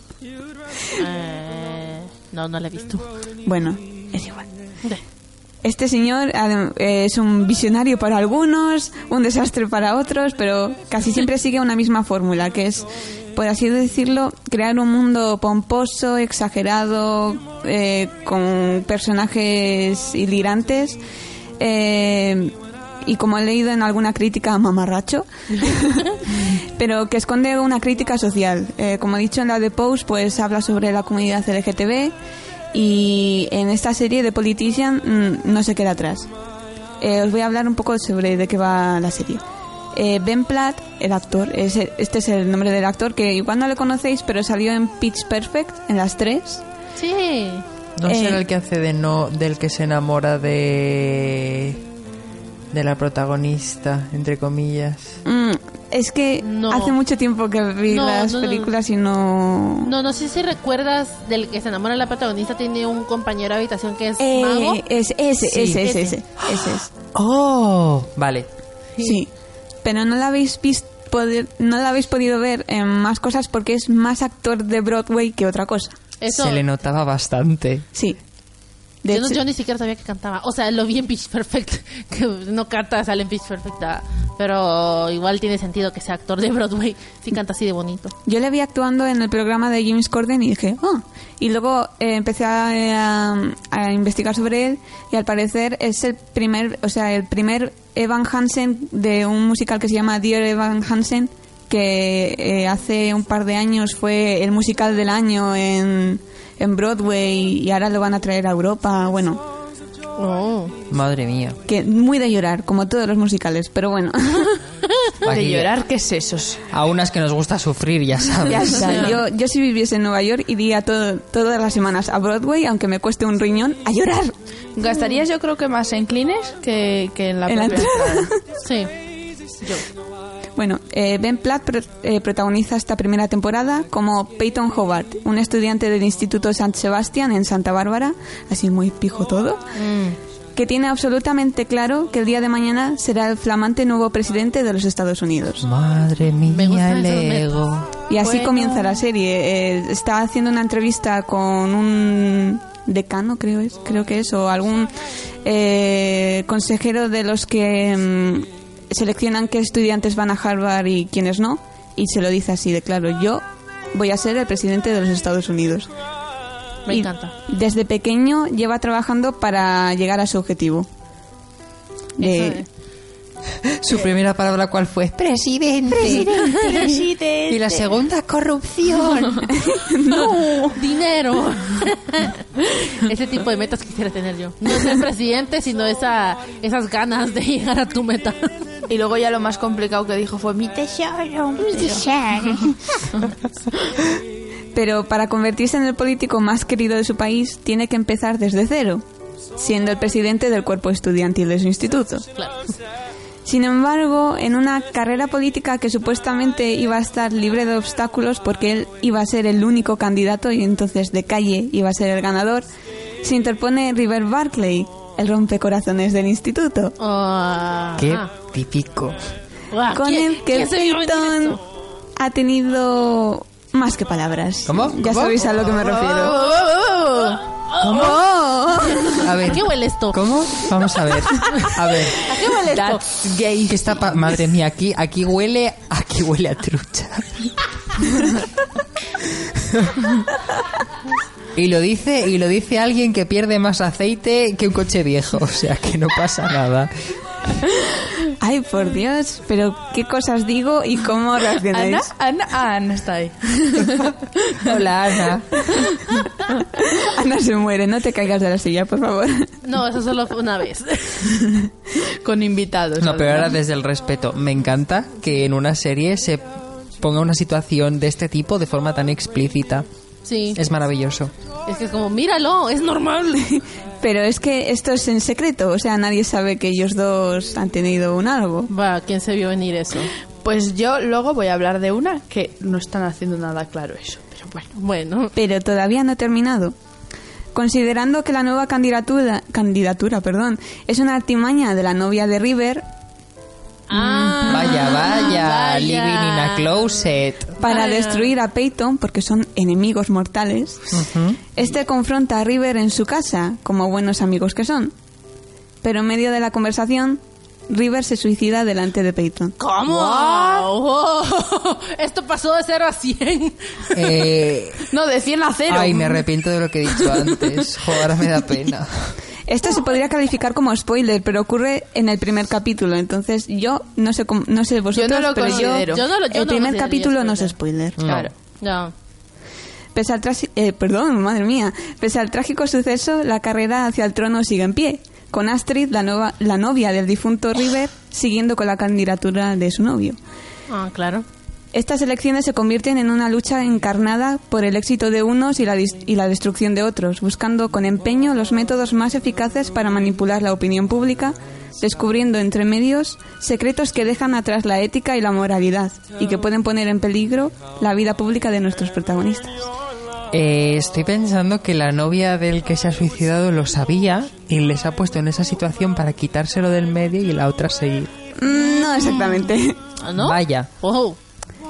Speaker 4: Eh, no, no la he visto.
Speaker 3: Bueno, es igual. Este señor adem- eh, es un visionario para algunos, un desastre para otros, pero casi siempre sigue una misma fórmula, que es, por así decirlo, crear un mundo pomposo, exagerado, eh, con personajes ilirantes. eh, y como he leído en alguna crítica, mamarracho, pero que esconde una crítica social. Eh, como he dicho en la de Post, pues habla sobre la comunidad LGTB y en esta serie de Politician mm, no se queda atrás. Eh, os voy a hablar un poco sobre de qué va la serie. Eh, ben Platt, el actor, es el- este es el nombre del actor que igual no lo conocéis, pero salió en Pitch Perfect, en las tres.
Speaker 4: Sí.
Speaker 1: No
Speaker 3: Eh.
Speaker 1: será el que hace de no. del que se enamora de. de la protagonista, entre comillas.
Speaker 3: Mm, es que
Speaker 4: No.
Speaker 3: hace mucho tiempo que vi
Speaker 4: No,
Speaker 3: las
Speaker 4: no, no.
Speaker 3: películas y no...
Speaker 4: No, no sé si recuerdas del que se enamora la protagonista. Tiene un compañero de habitación que es
Speaker 3: Eh,
Speaker 4: mago.
Speaker 3: es, ese,
Speaker 1: Sí,
Speaker 3: ese, ese,
Speaker 4: ese.
Speaker 3: ese, ese es.
Speaker 1: ¡Oh! Vale.
Speaker 3: Sí. Pero no la habéis vis- poder- no la habéis podido ver en más cosas porque es más actor de Broadway que otra cosa.
Speaker 4: Eso.
Speaker 1: Se le notaba bastante.
Speaker 3: Sí. De
Speaker 4: Yo, no-
Speaker 3: hecho-
Speaker 4: yo ni siquiera sabía que cantaba. O sea, lo vi en Pitch Perfect. Que no canta, sale en Pitch Perfect. ah, Pero igual tiene sentido que sea actor de Broadway. Si canta así de bonito.
Speaker 3: Yo le vi actuando en el programa de James Corden y dije, oh. Y luego eh, empecé a, eh, a- a investigar sobre él y al parecer es el primer, o sea, el primer Evan Hansen de un musical que se llama Dear Evan Hansen, que eh, hace un par de años fue el musical del año en, en Broadway y ahora lo van a traer a Europa. Bueno,
Speaker 4: Oh.
Speaker 1: Madre mía.
Speaker 3: que muy de llorar, como todos los musicales, pero bueno.
Speaker 1: Aquí-
Speaker 2: De llorar, ¿qué es eso?
Speaker 1: A unas que nos gusta sufrir, ya sabes.
Speaker 3: Ya está. Yo, yo si viviese en Nueva York iría todo- todas las semanas a Broadway, aunque me cueste un riñón, a llorar.
Speaker 2: Gastarías yo creo que más en clines que, que en la
Speaker 3: En la
Speaker 2: propia
Speaker 3: entrada.
Speaker 2: entrada.
Speaker 4: Sí.
Speaker 3: Bueno, eh, Ben Platt pro- eh, protagoniza esta primera temporada como Peyton Hobart, un estudiante del Instituto San Sebastián en Santa Bárbara, así muy pijo todo, que tiene absolutamente claro que el día de mañana será el flamante nuevo presidente de los Estados Unidos.
Speaker 1: Madre
Speaker 4: Me
Speaker 1: mía,
Speaker 4: gustan
Speaker 1: el
Speaker 4: esos
Speaker 1: ego.
Speaker 3: Y así
Speaker 2: Bueno.
Speaker 3: comienza la serie. Eh, está haciendo una entrevista con un decano, creo es, creo que es, o algún eh, consejero de los que mm, seleccionan qué estudiantes van a Harvard y quiénes no, y se lo dice así de claro, yo voy a ser el presidente de los Estados Unidos.
Speaker 4: Me
Speaker 3: Y
Speaker 4: encanta.
Speaker 3: Desde pequeño lleva trabajando para llegar a su objetivo. De-
Speaker 4: Eso es.
Speaker 1: Su primera palabra, ¿cuál fue? Presidente. Y la segunda, corrupción.
Speaker 4: Dinero. Ese tipo de metas quisiera tener yo. No ser presidente, sino esa, esas ganas de llegar a tu meta.
Speaker 2: Y luego ya lo más complicado que dijo fue mi tesoro. mi tesoro".
Speaker 3: Pero para convertirse en el político más querido de su país, tiene que empezar desde cero, siendo el presidente del cuerpo estudiantil de su instituto.
Speaker 4: Claro.
Speaker 3: Sin embargo, en una carrera política que supuestamente iba a estar libre de obstáculos porque él iba a ser el único candidato y entonces de calle iba a ser el ganador, se interpone River Barclay, el rompecorazones del instituto,
Speaker 4: Ah,
Speaker 1: Qué
Speaker 4: ah.
Speaker 1: típico.
Speaker 4: Guau,
Speaker 3: con
Speaker 4: Ah, ¿quién-
Speaker 3: el que
Speaker 4: quién se vio venir
Speaker 3: Peyton
Speaker 4: esto?
Speaker 3: ha tenido más que palabras.
Speaker 1: ¿Cómo?
Speaker 3: Ya
Speaker 1: ¿Cómo?
Speaker 3: sabéis a lo que
Speaker 4: Oh.
Speaker 3: me refiero.
Speaker 2: Oh,
Speaker 3: ¡Oh!
Speaker 1: A ver.
Speaker 4: ¿A qué huele esto?
Speaker 1: ¿Cómo? Vamos a ver. A ver.
Speaker 4: ¿A qué huele esto?
Speaker 1: Gay. ¿Qué está pa- Madre mía, aquí, aquí huele, aquí huele a trucha. Y lo dice, y lo dice alguien que pierde más aceite que un coche viejo, o sea que no pasa nada.
Speaker 3: Ay, por Dios, pero qué cosas digo y cómo
Speaker 2: Ana,
Speaker 3: reaccionáis.
Speaker 2: Ana, ah, Ana está ahí.
Speaker 1: Hola Ana.
Speaker 3: Ana se muere, no te caigas de la silla, por favor.
Speaker 4: No, eso solo fue una vez.
Speaker 2: Con invitados.
Speaker 1: No, pero ahora
Speaker 2: además.
Speaker 1: desde el respeto. Me encanta que en una serie se ponga una situación de este tipo de forma tan explícita.
Speaker 4: Sí.
Speaker 1: Es maravilloso.
Speaker 4: Es que es como, míralo, es normal.
Speaker 3: Pero es que esto es en secreto, o sea, nadie sabe que ellos dos han tenido un algo.
Speaker 4: Va, ¿quién se vio venir eso?
Speaker 2: Pues yo luego voy a hablar de una que no están haciendo nada claro eso. Pero bueno.
Speaker 4: Bueno,
Speaker 3: pero todavía no ha terminado. Considerando que la nueva candidatura, candidatura perdón, es una artimaña de la novia de River
Speaker 4: Ah,
Speaker 1: Vaya, vaya,
Speaker 4: vaya.
Speaker 1: living in a closet.
Speaker 3: para
Speaker 4: Ah.
Speaker 3: destruir a Peyton porque son enemigos mortales, este confronta a River en su casa, como buenos amigos que son. Pero en medio de la conversación, River se suicida delante de Peyton.
Speaker 4: ¿Cómo? Wow. Esto pasó de 0 a 100.
Speaker 1: Eh,
Speaker 2: No, de 100 a 0.
Speaker 1: ay, me arrepiento de lo que he dicho antes. Joder, ahora me da pena.
Speaker 3: Esto se podría calificar como spoiler, pero ocurre en el primer capítulo, entonces yo no sé cómo- no sé vosotros,
Speaker 2: lo
Speaker 3: pero yo-
Speaker 2: considero.
Speaker 4: Yo no lo- yo
Speaker 3: el
Speaker 4: no
Speaker 3: primer
Speaker 4: consideraría
Speaker 3: capítulo no es spoiler.
Speaker 2: Claro.
Speaker 4: No.
Speaker 3: Pese al trási- eh, perdón, madre mía. Pese al trágico suceso, la carrera hacia el trono sigue en pie, con Astrid, la, nova- la novia del difunto River, siguiendo con la candidatura de su novio.
Speaker 4: Ah, claro.
Speaker 3: Estas elecciones se convierten en una lucha encarnada por el éxito de unos y la, dis- y la destrucción de otros, buscando con empeño los métodos más eficaces para manipular la opinión pública, descubriendo entre medios secretos que dejan atrás la ética y la moralidad, y que pueden poner en peligro la vida pública de nuestros protagonistas.
Speaker 1: Eh, estoy pensando que la novia del que se ha suicidado lo sabía y les ha puesto en esa situación para quitárselo del medio y la otra seguir.
Speaker 3: Mm, No exactamente.
Speaker 4: Ah, ¿No?
Speaker 1: Vaya.
Speaker 4: Oh.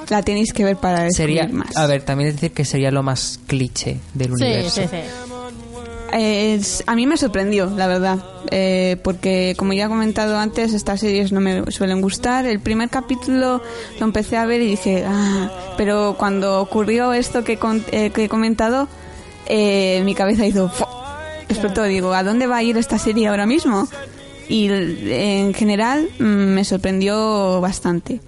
Speaker 3: La tenéis que ver para descubrir
Speaker 1: Sería,
Speaker 3: más.
Speaker 1: a ver, también es decir que sería lo más cliché del
Speaker 4: Sí,
Speaker 1: universo.
Speaker 4: sí, sí.
Speaker 3: Eh, es- a mí me sorprendió, la verdad, eh, porque como ya he comentado antes, estas series no me suelen gustar. El primer capítulo lo empecé a ver y dije, ah, pero cuando ocurrió esto que, con- eh, que he comentado, eh, mi cabeza hizo, fu- explotó, digo, ¿a dónde va a ir esta serie ahora mismo? Y l- en general mm, me sorprendió bastante.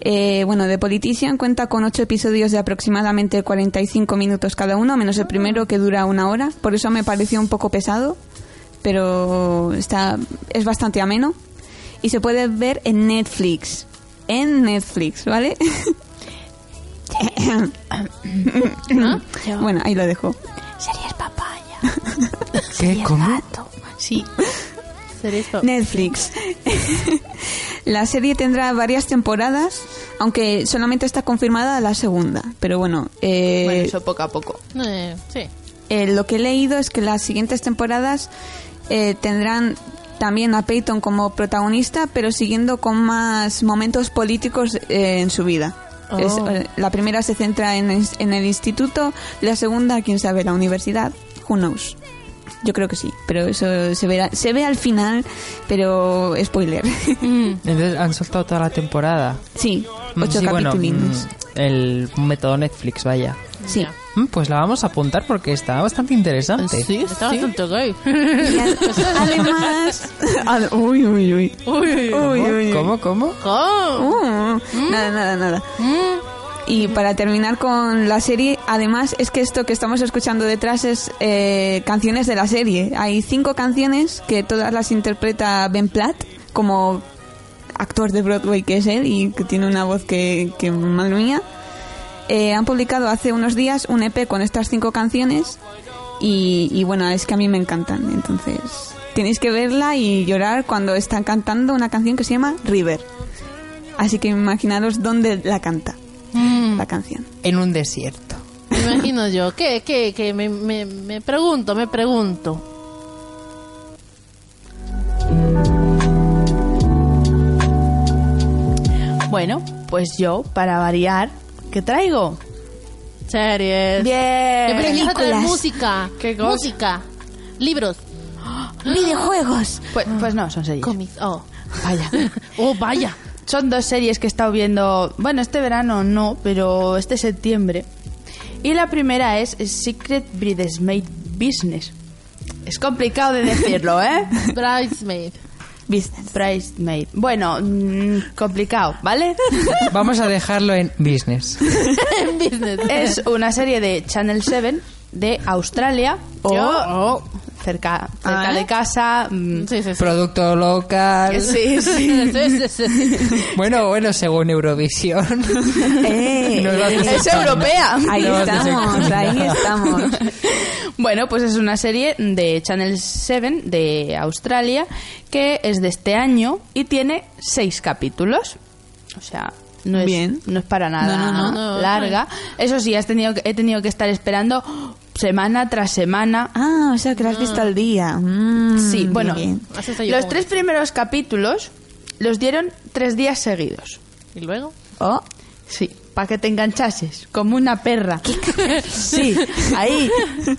Speaker 3: Eh, bueno, The Politician cuenta con ocho episodios de aproximadamente 45 minutos cada uno, menos el primero que dura una hora. Por eso me pareció un poco pesado, pero está, es bastante ameno. Y se puede ver en Netflix. En Netflix, ¿vale? bueno, ahí lo dejo.
Speaker 1: ¿Qué? ¿Cómo?
Speaker 2: Sí.
Speaker 4: Series pop.
Speaker 3: Netflix. la serie tendrá varias temporadas, aunque solamente está confirmada la segunda. Pero bueno, eh,
Speaker 2: Bueno, eso poco a poco.
Speaker 4: Eh, sí.
Speaker 3: eh, lo que he leído es que las siguientes temporadas eh, tendrán también a Peyton como protagonista, pero siguiendo con más momentos políticos eh, en su vida.
Speaker 4: Oh.
Speaker 3: Es, eh, la primera se centra en, es- en el instituto, la segunda, quién sabe, la universidad, who knows. Yo creo que sí, pero eso se verá, se ve al final, pero spoiler.
Speaker 1: Entonces han soltado toda la temporada.
Speaker 3: sí,
Speaker 1: Mm,
Speaker 3: ocho
Speaker 1: sí, bueno,
Speaker 3: capitulines.
Speaker 1: mm, el método Netflix, vaya.
Speaker 3: sí.
Speaker 1: Mm, Pues la vamos a apuntar porque está bastante interesante.
Speaker 4: Está bastante gay.
Speaker 3: Y ad- además... ad- uy, uy, uy.
Speaker 4: Uy.
Speaker 3: Uy,
Speaker 1: ¿Cómo?
Speaker 3: uy, uy.
Speaker 1: ¿Cómo? ¿Cómo?
Speaker 4: ¿Cómo?
Speaker 3: Uh, Nada, nada, nada.
Speaker 4: Mm.
Speaker 3: Y para terminar con la serie, además es que esto que estamos escuchando detrás es eh, canciones de la serie. Hay cinco canciones que todas las interpreta Ben Platt como actor de Broadway que es él y que tiene una voz que, que madre mía. Eh, han publicado hace unos días un EP con estas cinco canciones y, y bueno, es que a mí me encantan. Entonces tenéis que verla y llorar cuando están cantando una canción que se llama River. Así que imaginaros dónde la canta
Speaker 4: Mm.
Speaker 3: la canción.
Speaker 1: En un desierto.
Speaker 4: Me imagino yo. ¿Qué, qué, qué? Me, me, me pregunto, me pregunto.
Speaker 2: Bueno, pues yo, para variar, ¿Qué traigo?
Speaker 4: Series.
Speaker 3: Bien.
Speaker 4: Yo pensé que ibas a traer
Speaker 3: Películas.
Speaker 4: música.
Speaker 2: ¿Qué cosa?
Speaker 4: música. Libros.
Speaker 3: Videojuegos.
Speaker 2: Pues, pues no, son series.
Speaker 4: Cómics. Oh.
Speaker 2: Vaya.
Speaker 4: Oh, vaya.
Speaker 2: Son dos series que he estado viendo, bueno, este verano no, pero este septiembre. Y la primera es Secret Bridesmaid Business. Es complicado de decirlo, ¿eh?
Speaker 4: Bridesmaid.
Speaker 3: Business.
Speaker 2: Bridesmaid. Bueno, mm, complicado, ¿vale?
Speaker 1: Vamos a dejarlo en business.
Speaker 4: Business.
Speaker 2: Es una serie de Channel 7 de Australia. O cerca, cerca
Speaker 4: Ah.
Speaker 2: de casa. mm,
Speaker 4: Sí, sí, sí.
Speaker 1: Producto local.
Speaker 2: Eh, Sí, sí.
Speaker 4: Sí, sí, sí.
Speaker 1: Bueno, bueno, según Eurovisión. Nos vas a
Speaker 2: Es
Speaker 1: aceptar.
Speaker 2: europea.
Speaker 3: Eh, Ahí
Speaker 1: No,
Speaker 3: estamos,
Speaker 1: no.
Speaker 3: ahí estamos.
Speaker 2: Bueno, pues es una serie de Channel 7 de Australia que es de este año y tiene seis capítulos. O sea, no es,
Speaker 3: Bien.
Speaker 2: No es para nada
Speaker 3: No, no,
Speaker 4: no.
Speaker 2: larga. Eso sí, has tenido que- he tenido que estar esperando semana tras semana.
Speaker 3: Ah, o sea que lo has visto al día. Mm,
Speaker 2: Sí, bueno,
Speaker 3: bien.
Speaker 4: Así estoy yo
Speaker 2: los
Speaker 4: con-
Speaker 2: tres primeros capítulos los dieron tres días seguidos.
Speaker 4: Y luego.
Speaker 2: Oh, sí, para que te enganchases, como una perra. Sí, ahí,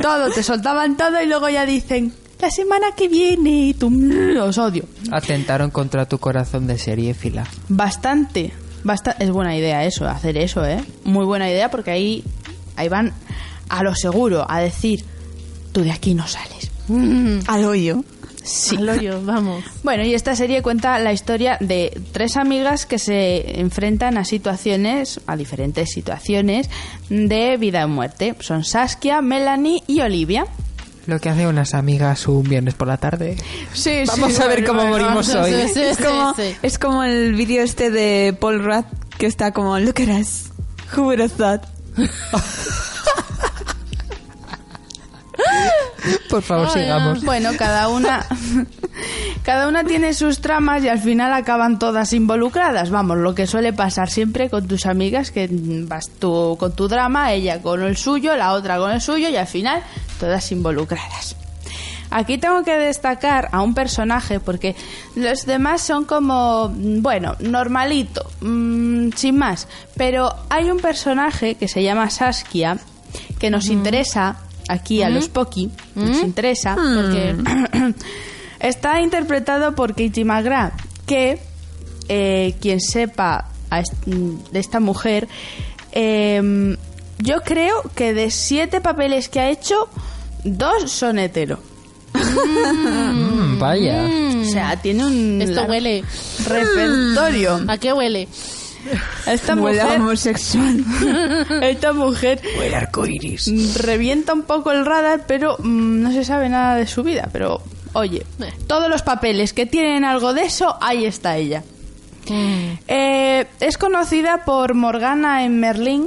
Speaker 2: todo, te soltaban todo y luego ya dicen, la semana que viene, tú, mm, os odio.
Speaker 1: Atentaron contra tu corazón de seriéfila.
Speaker 2: Bastante, basta es buena idea eso, hacer eso, ¿eh? Muy buena idea porque ahí, ahí van a lo seguro, a decir, tú de aquí no sales.
Speaker 3: Al hoyo.
Speaker 2: Sí.
Speaker 4: Al hoyo, vamos.
Speaker 2: Bueno, y esta serie cuenta la historia de tres amigas que se enfrentan a situaciones, a diferentes situaciones de vida o muerte. Son Saskia, Melanie y Olivia.
Speaker 1: Lo que hace unas amigas un viernes por la tarde.
Speaker 2: Sí,
Speaker 1: Vamos a ver cómo morimos
Speaker 4: Sí,
Speaker 1: hoy.
Speaker 4: sí, sí,
Speaker 3: Es como,
Speaker 4: sí.
Speaker 3: es como el vídeo este de Paul Rudd que está como, look at us, who would have thought?"
Speaker 1: Por favor,
Speaker 4: Ay,
Speaker 1: sigamos.
Speaker 2: Bueno, cada una, cada una tiene sus tramas y al final acaban todas involucradas. Vamos, lo que suele pasar siempre con tus amigas, que mm, vas tú con tu drama, ella con el suyo, la otra con el suyo y al final todas involucradas. Aquí tengo que destacar a un personaje porque los demás son como, mm, bueno, normalito, mm, sin más. Pero hay un personaje que se llama Saskia que nos interesa aquí a los Poki, nos interesa porque está interpretado por Katie McGrath, que eh, quien sepa a est- de esta mujer, eh, yo creo que de siete papeles que ha hecho, dos son hetero.
Speaker 1: Mm, vaya.
Speaker 2: O sea, tiene un
Speaker 4: Hmm. Esto
Speaker 2: largo
Speaker 4: huele. Hmm.
Speaker 2: repertorio.
Speaker 4: ¿A qué huele?
Speaker 2: Esta
Speaker 3: Huele a
Speaker 2: mujer,
Speaker 3: homosexual.
Speaker 2: esta mujer
Speaker 1: El arco iris.
Speaker 2: revienta un poco el radar, pero mm, no se sabe nada de su vida. Pero oye,
Speaker 4: Eh.
Speaker 2: todos los papeles que tienen algo de eso, ahí está ella. Eh, es conocida por Morgana en Merlín,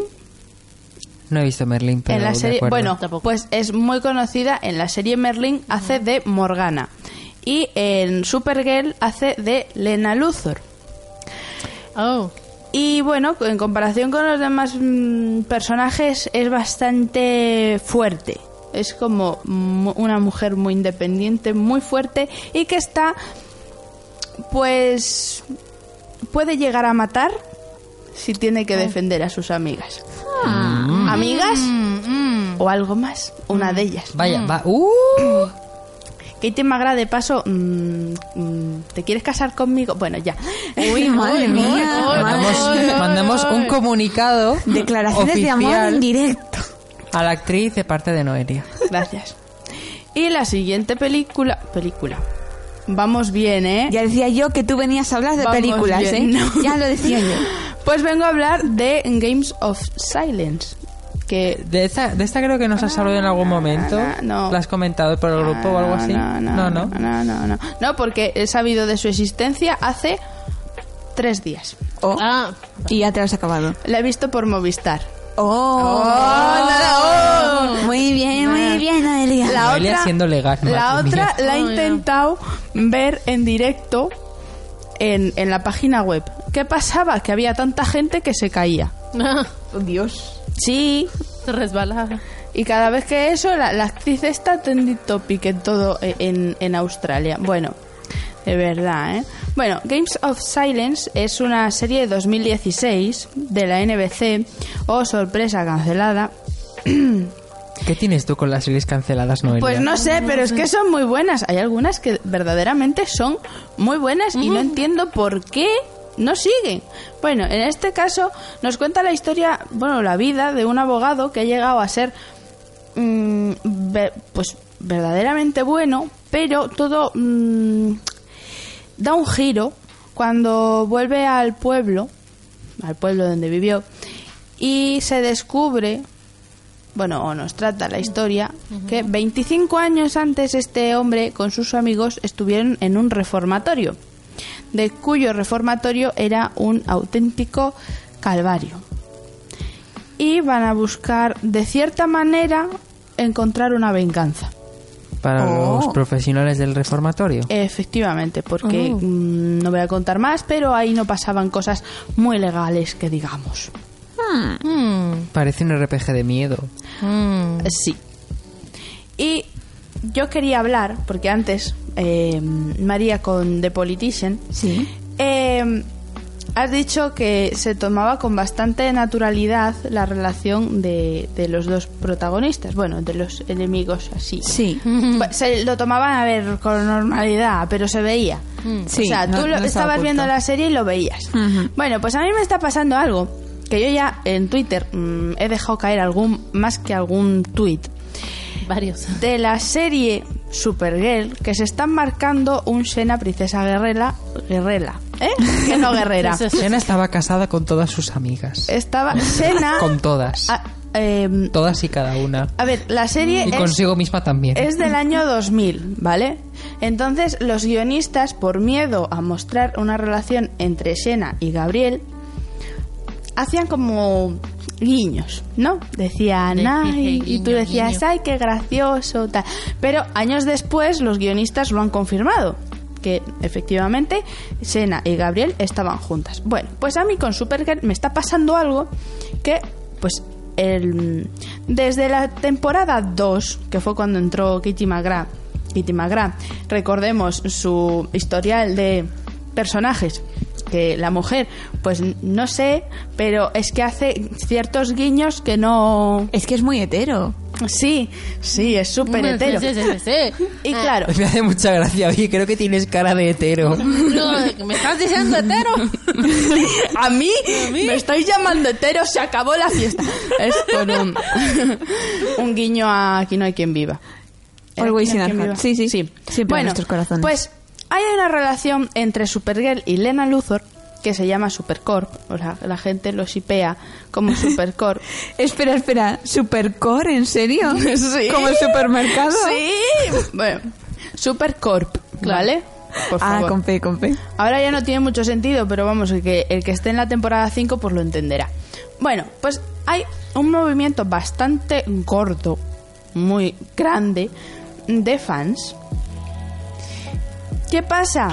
Speaker 1: No he visto Merlín, pero
Speaker 2: en la
Speaker 1: de
Speaker 2: serie,
Speaker 1: acuerdo.
Speaker 2: bueno,
Speaker 4: Tampoco.
Speaker 2: pues es muy conocida en la serie Merlín, hace de Morgana. Y en Supergirl hace de Lena Luthor.
Speaker 4: Oh.
Speaker 2: Y bueno, en comparación con los demás mm, personajes es bastante fuerte. Es como mu- una mujer muy independiente, muy fuerte y que está, pues, puede llegar a matar si tiene
Speaker 3: Mm.
Speaker 2: que defender a sus amigas.
Speaker 3: Ah.
Speaker 2: ¿Amigas?
Speaker 3: Mm,
Speaker 2: ¿O algo más? Una de ellas.
Speaker 1: Vaya, va. ¡Uh!
Speaker 2: Katie Magra, de paso, mm, mm, ¿te quieres casar conmigo? Bueno, ya.
Speaker 3: Uy, madre
Speaker 4: Uy,
Speaker 3: mía.
Speaker 4: uy,
Speaker 3: madre-
Speaker 1: Mandamos,
Speaker 4: ay, ay,
Speaker 1: mandamos
Speaker 4: ay.
Speaker 1: un comunicado
Speaker 3: Declaraciones de amor en
Speaker 1: oficial
Speaker 3: directo.
Speaker 1: a la actriz de parte de Noelia.
Speaker 2: Gracias. Y la siguiente película. Película. Vamos bien, ¿eh?
Speaker 3: Ya decía yo que tú venías a hablar de
Speaker 2: Vamos
Speaker 3: películas,
Speaker 2: bien,
Speaker 3: ¿eh?
Speaker 2: ¿no?
Speaker 3: Ya lo decía yo.
Speaker 2: Pues vengo a hablar de Games of Silence. Que.
Speaker 1: De esta, de esta creo que nos has hablado en algún momento.
Speaker 2: na, Ah, no.
Speaker 1: ¿La has comentado por el grupo o algo así?
Speaker 2: No no no, no, no, no. No, porque he sabido de su existencia hace tres días.
Speaker 3: Oh,
Speaker 4: Ah.
Speaker 3: Y ya te lo has acabado.
Speaker 2: La he visto por Movistar.
Speaker 3: Oh,
Speaker 2: nada,
Speaker 3: Muy bien,
Speaker 2: Nada.
Speaker 3: muy bien, Adelia.
Speaker 2: La
Speaker 1: Noelia
Speaker 2: otra,
Speaker 1: siendo legal,
Speaker 2: la
Speaker 1: madre
Speaker 2: otra
Speaker 1: mía.
Speaker 2: la he
Speaker 4: Oh, ya.
Speaker 2: intentado ver en directo en, en la página web. ¿Qué pasaba? Que había tanta gente que se caía.
Speaker 3: Dios.
Speaker 2: Sí,
Speaker 4: Ah. Se resbalaba.
Speaker 2: Y cada vez que eso, la, la actriz está trending topic en todo eh, en, en e, Australia. Bueno, De verdad, ¿eh? Bueno, Games of Silence es una serie de 2016 de la NBC, oh sorpresa cancelada.
Speaker 1: ¿Qué tienes tú con las series canceladas, Noelia?
Speaker 2: Pues no sé, pero es que son muy buenas. Hay algunas que verdaderamente son muy buenas y no entiendo por qué no siguen. Bueno, en este caso nos cuenta la historia, bueno, la vida de un abogado que ha llegado a ser mm, ve- pues verdaderamente bueno, pero todo mm, da un giro cuando vuelve al pueblo, al pueblo donde vivió, y se descubre, bueno, o nos trata la historia, que 25 años antes este hombre con sus amigos estuvieron en un reformatorio, de cuyo reformatorio era un auténtico calvario y van a buscar de cierta manera encontrar una venganza.
Speaker 1: Para
Speaker 3: Oh.
Speaker 1: los profesionales del reformatorio.
Speaker 2: Eh. Efectivamente, porque mm, no voy a contar más, pero ahí no pasaban cosas muy legales que digamos.
Speaker 4: Mm.
Speaker 1: Parece un RPG de miedo.
Speaker 2: Sí. Y yo quería hablar, porque antes eh, María con The Politician,
Speaker 3: Sí.
Speaker 2: eh, has dicho que se tomaba con bastante naturalidad la relación de, de los dos protagonistas, bueno, de los enemigos así.
Speaker 3: Sí.
Speaker 2: Pues, se lo tomaban a ver con normalidad, pero se veía.
Speaker 3: Sí,
Speaker 2: o sea,
Speaker 3: no-
Speaker 2: tú lo-
Speaker 3: no estaba
Speaker 2: estabas
Speaker 3: oculto.
Speaker 2: viendo la serie y lo veías.
Speaker 3: Ujú.
Speaker 2: Bueno, pues a mí me está pasando algo que yo ya en Twitter mm, he dejado caer algún más que algún tweet
Speaker 4: Varios.
Speaker 2: de la serie Supergirl que se están marcando un Sena princesa guerrera, guerrera, ¿eh? Que no guerrera.
Speaker 4: Eso es.
Speaker 1: Sena estaba casada con todas sus
Speaker 2: Eh.
Speaker 1: amigas.
Speaker 2: Estaba Sena
Speaker 1: Con todas.
Speaker 2: a, em,
Speaker 1: Todas y cada una.
Speaker 2: a ver, la serie
Speaker 1: Y
Speaker 2: es
Speaker 1: consigo misma también.
Speaker 2: Es del año 2000, ¿vale? Entonces, los guionistas, por miedo a mostrar una relación entre Sena y Gabriel, hacían como guiños, ¿no? Decían,
Speaker 4: De-
Speaker 2: ay,
Speaker 4: dije,
Speaker 2: y tú
Speaker 4: guiño,
Speaker 2: decías,
Speaker 4: guiño.
Speaker 2: ay, qué gracioso, tal. Pero años después, los guionistas lo han confirmado, que efectivamente Sena y Gabriel estaban juntas. Bueno, pues a mí con Supergirl me está pasando algo que, pues, el, desde la temporada 2, que fue cuando entró Kitty McGrath, Kitty McGrath, recordemos su historial de personajes, que la mujer, pues no sé, pero es que hace ciertos guiños que no...
Speaker 3: Es que es muy hetero.
Speaker 2: Sí, sí, es súper hetero.
Speaker 4: Sí, sí, sí, sí.
Speaker 2: Y
Speaker 4: Ah,
Speaker 2: claro,
Speaker 1: Me hace mucha gracia. Oye, creo que tienes cara de hetero.
Speaker 4: no, de que ¿Me estás diciendo hetero?
Speaker 2: a mí, me estáis llamando hetero, se acabó la fiesta. Es por un, un guiño a Aquí no hay quien viva. Era
Speaker 3: Always
Speaker 2: Aquí no
Speaker 3: in
Speaker 2: hay
Speaker 3: our
Speaker 2: quien
Speaker 3: hearts.
Speaker 2: viva.
Speaker 3: Sí, sí. Siempre en nuestros corazones.
Speaker 2: Pues hay una relación entre Supergirl y Lena Luthor que se llama Supercorp. O sea, la gente lo sipea como Supercorp.
Speaker 3: Espera, espera. ¿Supercore? ¿En serio?
Speaker 2: Sí.
Speaker 3: ¿Como el supermercado?
Speaker 2: sí, bueno, Supercorp, ¿vale? Por
Speaker 3: Ah,
Speaker 2: favor.
Speaker 3: con fe, con fe.
Speaker 2: Ahora ya no tiene mucho sentido, pero vamos, el que, el que esté en la temporada 5 pues lo entenderá. Bueno, pues hay un movimiento bastante gordo, muy grande, de fans. ¿Qué pasa?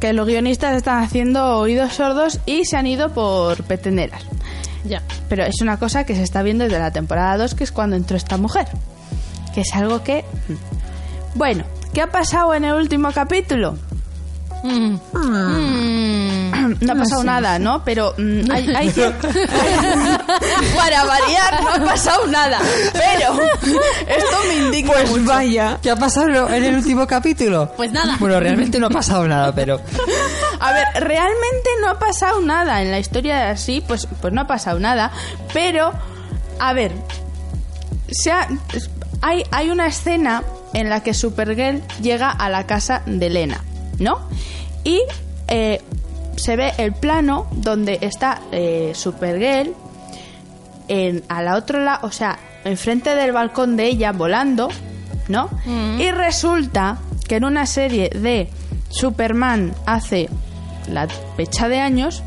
Speaker 2: Que los guionistas están haciendo oídos sordos y se han ido por peteneras.
Speaker 4: Ya.
Speaker 2: Pero es una cosa que se está viendo desde la temporada 2, que es cuando entró esta mujer. Que es algo que... hmm. Bueno, ¿qué ha pasado en el último capítulo?
Speaker 4: Mm. Mm.
Speaker 2: No ha pasado nada, ¿no? Pero mm, hay, hay cierto- Para variar, no ha pasado nada. Pero esto me indigna mucho.
Speaker 3: Pues vaya.
Speaker 1: ¿Qué ha pasado en el último capítulo?
Speaker 4: Pues nada.
Speaker 1: Bueno, realmente no ha pasado nada, pero...
Speaker 2: A ver, realmente no ha pasado nada en la historia de así, pues, pues no ha pasado nada. Pero, a ver, se ha- hay, hay una escena en la que Supergirl llega a la casa de Lena, ¿no? Y eh, se ve el plano donde está eh, Supergirl en, a la otra lado, o sea, enfrente del balcón de ella volando, ¿no? Y resulta que en una serie de Superman hace la fecha de años,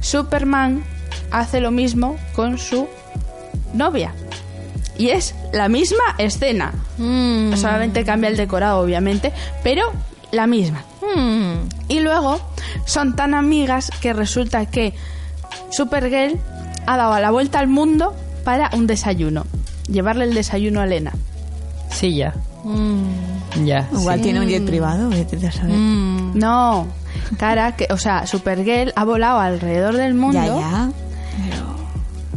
Speaker 2: Superman hace lo mismo con su novia. Y es la misma escena.
Speaker 4: Mm.
Speaker 2: Solamente cambia el decorado, obviamente, pero la misma.
Speaker 4: Mm.
Speaker 2: Y luego son tan amigas que resulta que Supergirl ha dado la vuelta al mundo para un desayuno. Llevarle el desayuno a Lena.
Speaker 1: Sí, ya.
Speaker 4: Mm.
Speaker 1: Ya.
Speaker 3: Igual tiene un jet privado, vete a saber.
Speaker 4: Mm,
Speaker 2: No, cara, que, o sea, Supergirl ha volado alrededor del mundo
Speaker 3: Ya, ya.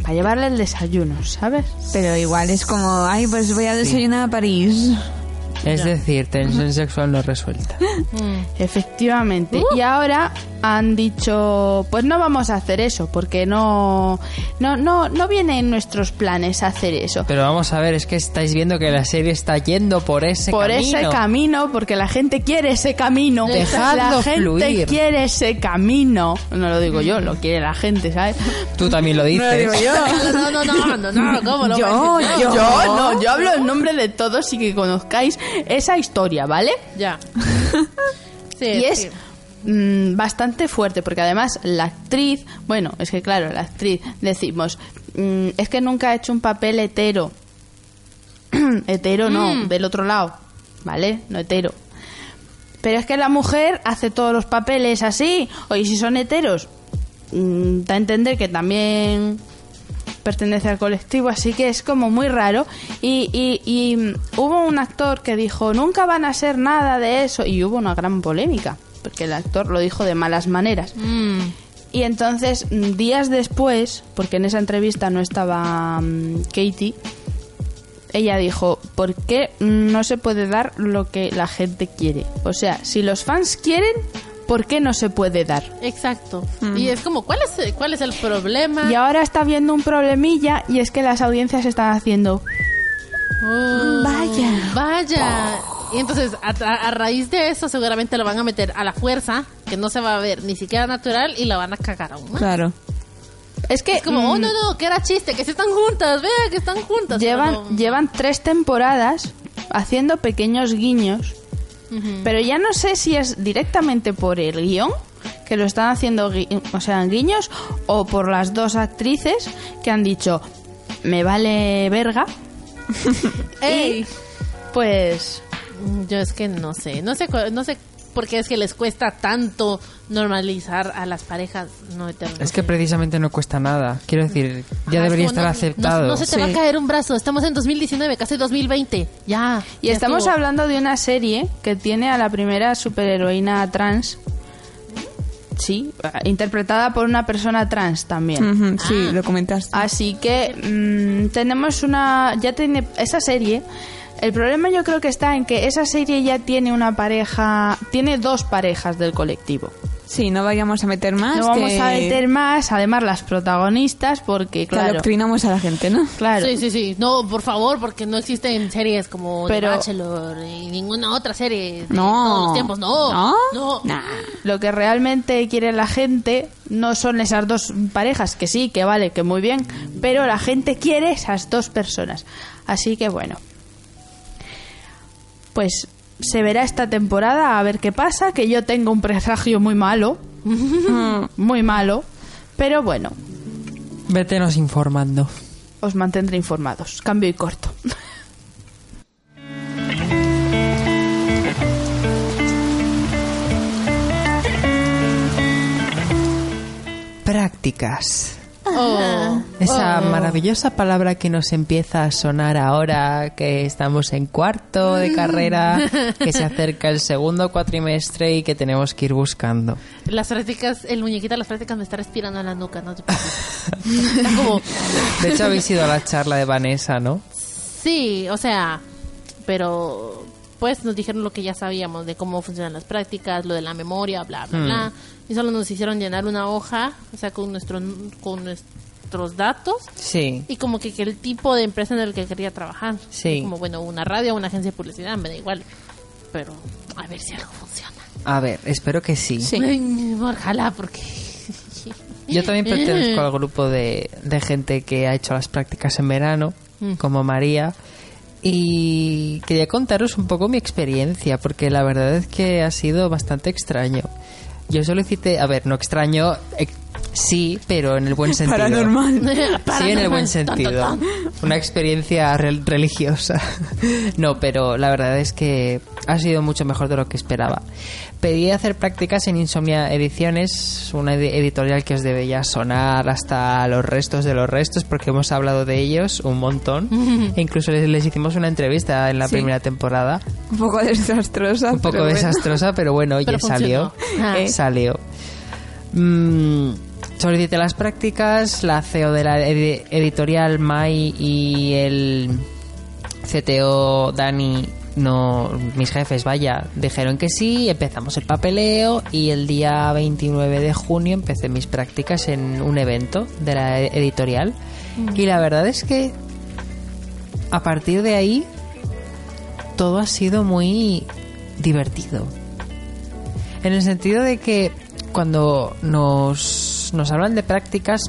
Speaker 2: para llevarle el desayuno, ¿sabes?
Speaker 3: Pero igual es como, ay, pues voy a desayunar a París.
Speaker 1: Es decir, tensión sexual no resuelta.
Speaker 4: mm.
Speaker 2: Efectivamente.
Speaker 3: Uh.
Speaker 2: Y ahora han dicho, pues no vamos a hacer eso, porque no, no, no, no viene en nuestros planes hacer eso.
Speaker 1: Pero vamos a ver, es que estáis viendo que la serie está yendo por ese
Speaker 2: por
Speaker 1: camino.
Speaker 2: ese este camino, porque la gente quiere ese camino.
Speaker 1: Dejadlo
Speaker 2: la gente
Speaker 1: fluir.
Speaker 2: quiere ese camino. No lo digo yo, lo quiere la gente, ¿sabes?
Speaker 1: Tú también lo dices.
Speaker 4: No, no, no, no, no, ¿cómo lo
Speaker 3: Yo,
Speaker 4: voy a decir?
Speaker 2: Yo no, yo hablo en nombre de todos y que conozcáis esa historia, ¿vale?
Speaker 4: Ya. Sí,
Speaker 2: y es
Speaker 4: sí.
Speaker 2: mm, bastante fuerte, porque además la actriz, bueno, es que claro, la actriz, decimos, mm, es que nunca ha hecho un papel hetero. hetero no, del otro lado, ¿vale? No hetero. Pero es que la mujer hace todos los papeles así, oye, si son heteros, mm, da a entender que también pertenece al colectivo, así que es como muy raro. Y, y- y, mm, hubo un actor que dijo, nunca van a ser nada de eso, y hubo una gran polémica, porque el actor lo dijo de malas maneras.
Speaker 4: Mm,
Speaker 2: Y entonces, mm, días después, porque en esa entrevista no estaba mm, Katie, ella dijo, ¿por qué no se puede dar lo que la gente quiere? O sea, si los fans quieren, ¿por qué no se puede dar?
Speaker 4: exacto. Y es como, ¿cuál es, cuál es el problema?
Speaker 2: Mm. Y ahora está habiendo un problemilla y es que las audiencias están haciendo...
Speaker 4: Oh,
Speaker 2: Vaya. Oh.
Speaker 4: Vaya. Y entonces, a, a- a raíz de eso, seguramente lo van a meter a la fuerza, que no se va a ver ni siquiera natural, y la van a cagar aún más.
Speaker 3: Claro.
Speaker 2: Es que
Speaker 4: Es como, oh, no, no, que era chiste, que sí están juntas, vea, que están juntas.
Speaker 2: llevan,
Speaker 4: pero no.
Speaker 2: llevan tres temporadas haciendo pequeños guiños,
Speaker 4: Ujú.
Speaker 2: pero ya no sé si es directamente por el guión, que lo están haciendo gui- o sea, guiños, o por las dos actrices que han dicho, me vale verga,
Speaker 4: Ey.
Speaker 2: pues...
Speaker 4: Mm, Yo es que no sé, no sé, cu- no sé por qué es que les cuesta tanto normalizar a las parejas no eternas.
Speaker 1: Es que precisamente no cuesta nada. Quiero decir, ya
Speaker 4: Ajá,
Speaker 1: debería
Speaker 4: es como,
Speaker 1: estar
Speaker 4: no,
Speaker 1: aceptado.
Speaker 4: No, no se te va a caer un brazo, estamos en 2019, casi 2020, ya.
Speaker 2: Y
Speaker 4: ya
Speaker 2: estamos
Speaker 4: estuvo.
Speaker 2: hablando de una serie que tiene a la primera superheroína trans, sí, interpretada por una persona trans también.
Speaker 3: Ujú,
Speaker 2: Ah.
Speaker 3: Sí, lo comentaste.
Speaker 2: Así que mm, tenemos una. Ya tiene. Esa serie. El problema yo creo que está en que esa serie ya tiene una pareja. Tiene dos parejas del colectivo.
Speaker 3: Sí, no vayamos a meter más.
Speaker 2: no vamos
Speaker 3: Ah, que-
Speaker 2: a meter más, además las protagonistas, porque
Speaker 3: que
Speaker 2: claro.
Speaker 3: adoctrinamos a la gente, ¿no?
Speaker 2: Claro.
Speaker 4: Sí, sí, sí. No, por favor, porque no existen series como
Speaker 2: Pero-
Speaker 4: The Bachelor y ninguna otra serie de
Speaker 3: No.
Speaker 4: todos los tiempos. No.
Speaker 3: ¿No?
Speaker 4: No.
Speaker 3: Nah.
Speaker 2: Lo que realmente quiere la gente no son esas dos parejas, que sí, que vale, que muy bien, pero la gente quiere esas dos personas. Así que bueno. Pues se verá esta temporada a ver qué pasa, que yo tengo un presagio muy malo, muy malo, pero bueno,
Speaker 1: Vétenos informando.
Speaker 2: os mantendré informados. Cambio y corto.
Speaker 1: Prácticas.
Speaker 4: Oh.
Speaker 1: Esa maravillosa palabra que nos empieza a sonar ahora que estamos en cuarto
Speaker 4: Mm.
Speaker 1: de carrera, que se acerca el segundo cuatrimestre y que tenemos que ir buscando.
Speaker 4: Las prácticas, el muñequito de las prácticas me está respirando en la nuca, no te preocupes. Está como,
Speaker 1: De hecho, habéis ido a la charla de Vanessa, ¿no?
Speaker 4: sí, o sea, pero pues nos dijeron lo que ya sabíamos de cómo funcionan las prácticas, lo de la memoria, bla,
Speaker 1: Hmm.
Speaker 4: bla, bla. Y solo nos hicieron llenar una hoja, o sea, con, nuestro, con nuestros datos
Speaker 1: Sí.
Speaker 4: y como que, que el tipo de empresa en el que quería trabajar.
Speaker 1: Sí.
Speaker 4: Y Como, bueno, una radio, una agencia de publicidad, me da igual. Pero a ver si algo funciona.
Speaker 1: A ver, espero que sí.
Speaker 4: Ay, mi amor, ojalá, porque...
Speaker 1: Yo también pertenezco al grupo de, de gente que ha hecho las prácticas en verano, como María. Y quería contaros un poco mi experiencia, porque la verdad es que ha sido bastante extraño. Yo solicité, a ver, no extraño, ex- Sí, pero en el buen sentido.
Speaker 3: Paranormal.
Speaker 1: Sí, en el buen sentido. Una experiencia rel- religiosa. No, pero la verdad es que ha sido mucho mejor de lo que esperaba. Pedí hacer prácticas en Insomnia Ediciones, una ed- editorial que os debe ya sonar hasta los restos de los restos, porque hemos hablado de ellos un montón. E incluso les, les hicimos una entrevista en la
Speaker 3: Sí.
Speaker 1: primera temporada,
Speaker 3: Un poco desastrosa.
Speaker 1: un poco
Speaker 3: pero bueno.
Speaker 1: desastrosa, pero bueno, oye,
Speaker 4: Pero
Speaker 1: salió.
Speaker 4: funcionó. Ah.
Speaker 1: Eh, Salió. Mm, solicité las prácticas, la CEO de la edi- editorial Mai y el CTO Dani, no, mis jefes, vaya, dijeron que sí, empezamos el papeleo y el día 29 de junio empecé mis prácticas en un evento de la e- editorial.
Speaker 4: Mm.
Speaker 1: Y la verdad es que a partir de ahí todo ha sido muy divertido. En el sentido de que cuando nos, nos hablan de prácticas,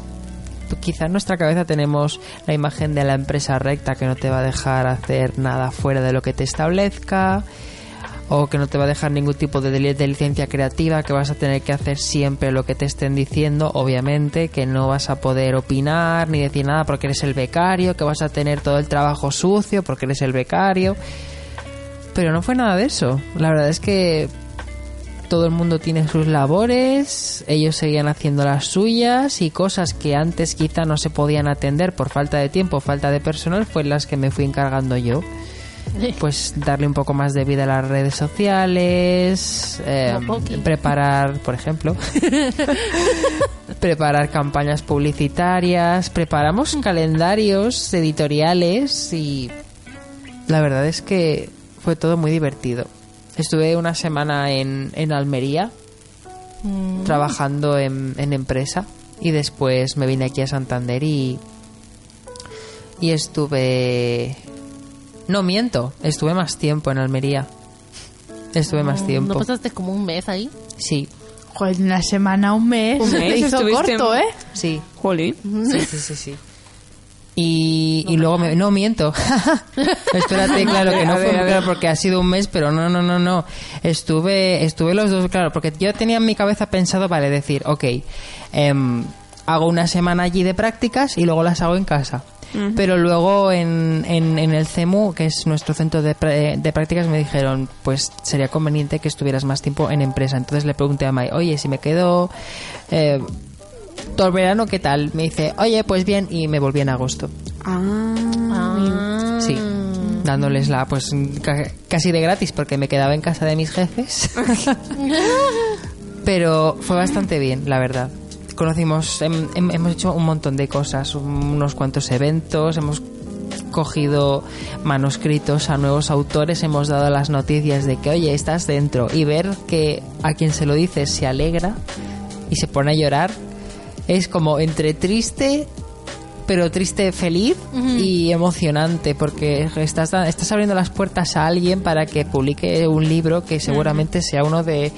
Speaker 1: quizá en nuestra cabeza tenemos la imagen de la empresa recta que no te va a dejar hacer nada fuera de lo que te establezca o que no te va a dejar ningún tipo de, deli- de licencia creativa, que vas a tener que hacer siempre lo que te estén diciendo, obviamente, que no vas a poder opinar ni decir nada porque eres el becario, que vas a tener todo el trabajo sucio porque eres el becario. Pero no fue nada de eso. La verdad es que todo el mundo tiene sus labores, ellos seguían haciendo las suyas y cosas que antes quizá no se podían atender por falta de tiempo, falta de personal, fue las que me fui encargando yo. Pues darle un poco más de vida a las redes sociales, eh,
Speaker 4: Como Poki.
Speaker 1: preparar, por ejemplo, preparar campañas publicitarias, preparamos calendarios editoriales y la verdad es que fue todo muy divertido. Estuve una semana en, en Almería trabajando en, en empresa y después me vine aquí a Santander y, y estuve... No miento, estuve más tiempo en Almería. Estuve más tiempo.
Speaker 4: ¿No pasaste como un mes ahí?
Speaker 1: Sí,
Speaker 2: Joder, una semana, un mes.
Speaker 3: Un
Speaker 2: Se te
Speaker 3: mes
Speaker 2: hizo
Speaker 3: estuviste
Speaker 2: corto,
Speaker 3: en-
Speaker 2: ¿eh?
Speaker 1: sí.
Speaker 3: Jolín.
Speaker 1: Sí, sí, sí, sí. Y, y luego me... No, miento. Espérate, claro, que no
Speaker 3: A
Speaker 1: fue
Speaker 3: ver, a ver.
Speaker 1: claro, porque ha sido un mes, pero no, no, no, no. Estuve, estuve los dos, claro, porque yo tenía en mi cabeza pensado, vale, decir, ok, em, hago una semana allí de prácticas y luego las hago en casa. Pero luego en, en, en el CEMU, que es nuestro centro de, pra- eh, de prácticas, me dijeron, pues sería conveniente que estuvieras más tiempo en empresa. Entonces le pregunté a Mai, oye, si me quedo... eh, todo el verano, ¿qué tal? Me dice, oye, pues bien, y me volví en agosto.
Speaker 3: Ah.
Speaker 4: Ah.
Speaker 1: Sí, dándoles la, pues ca- casi de gratis, porque me quedaba en casa de mis jefes. Pero fue bastante bien, la verdad. Conocimos, hem- hem- hemos hecho un montón de cosas, unos cuantos eventos, hemos cogido manuscritos a nuevos autores, hemos dado las noticias de que, oye, estás dentro, y ver que a quien se lo dices se alegra y se pone a llorar, es como entre triste, pero triste feliz y emocionante, porque estás, da- estás abriendo las puertas a alguien para que publique un libro que seguramente sea uno de,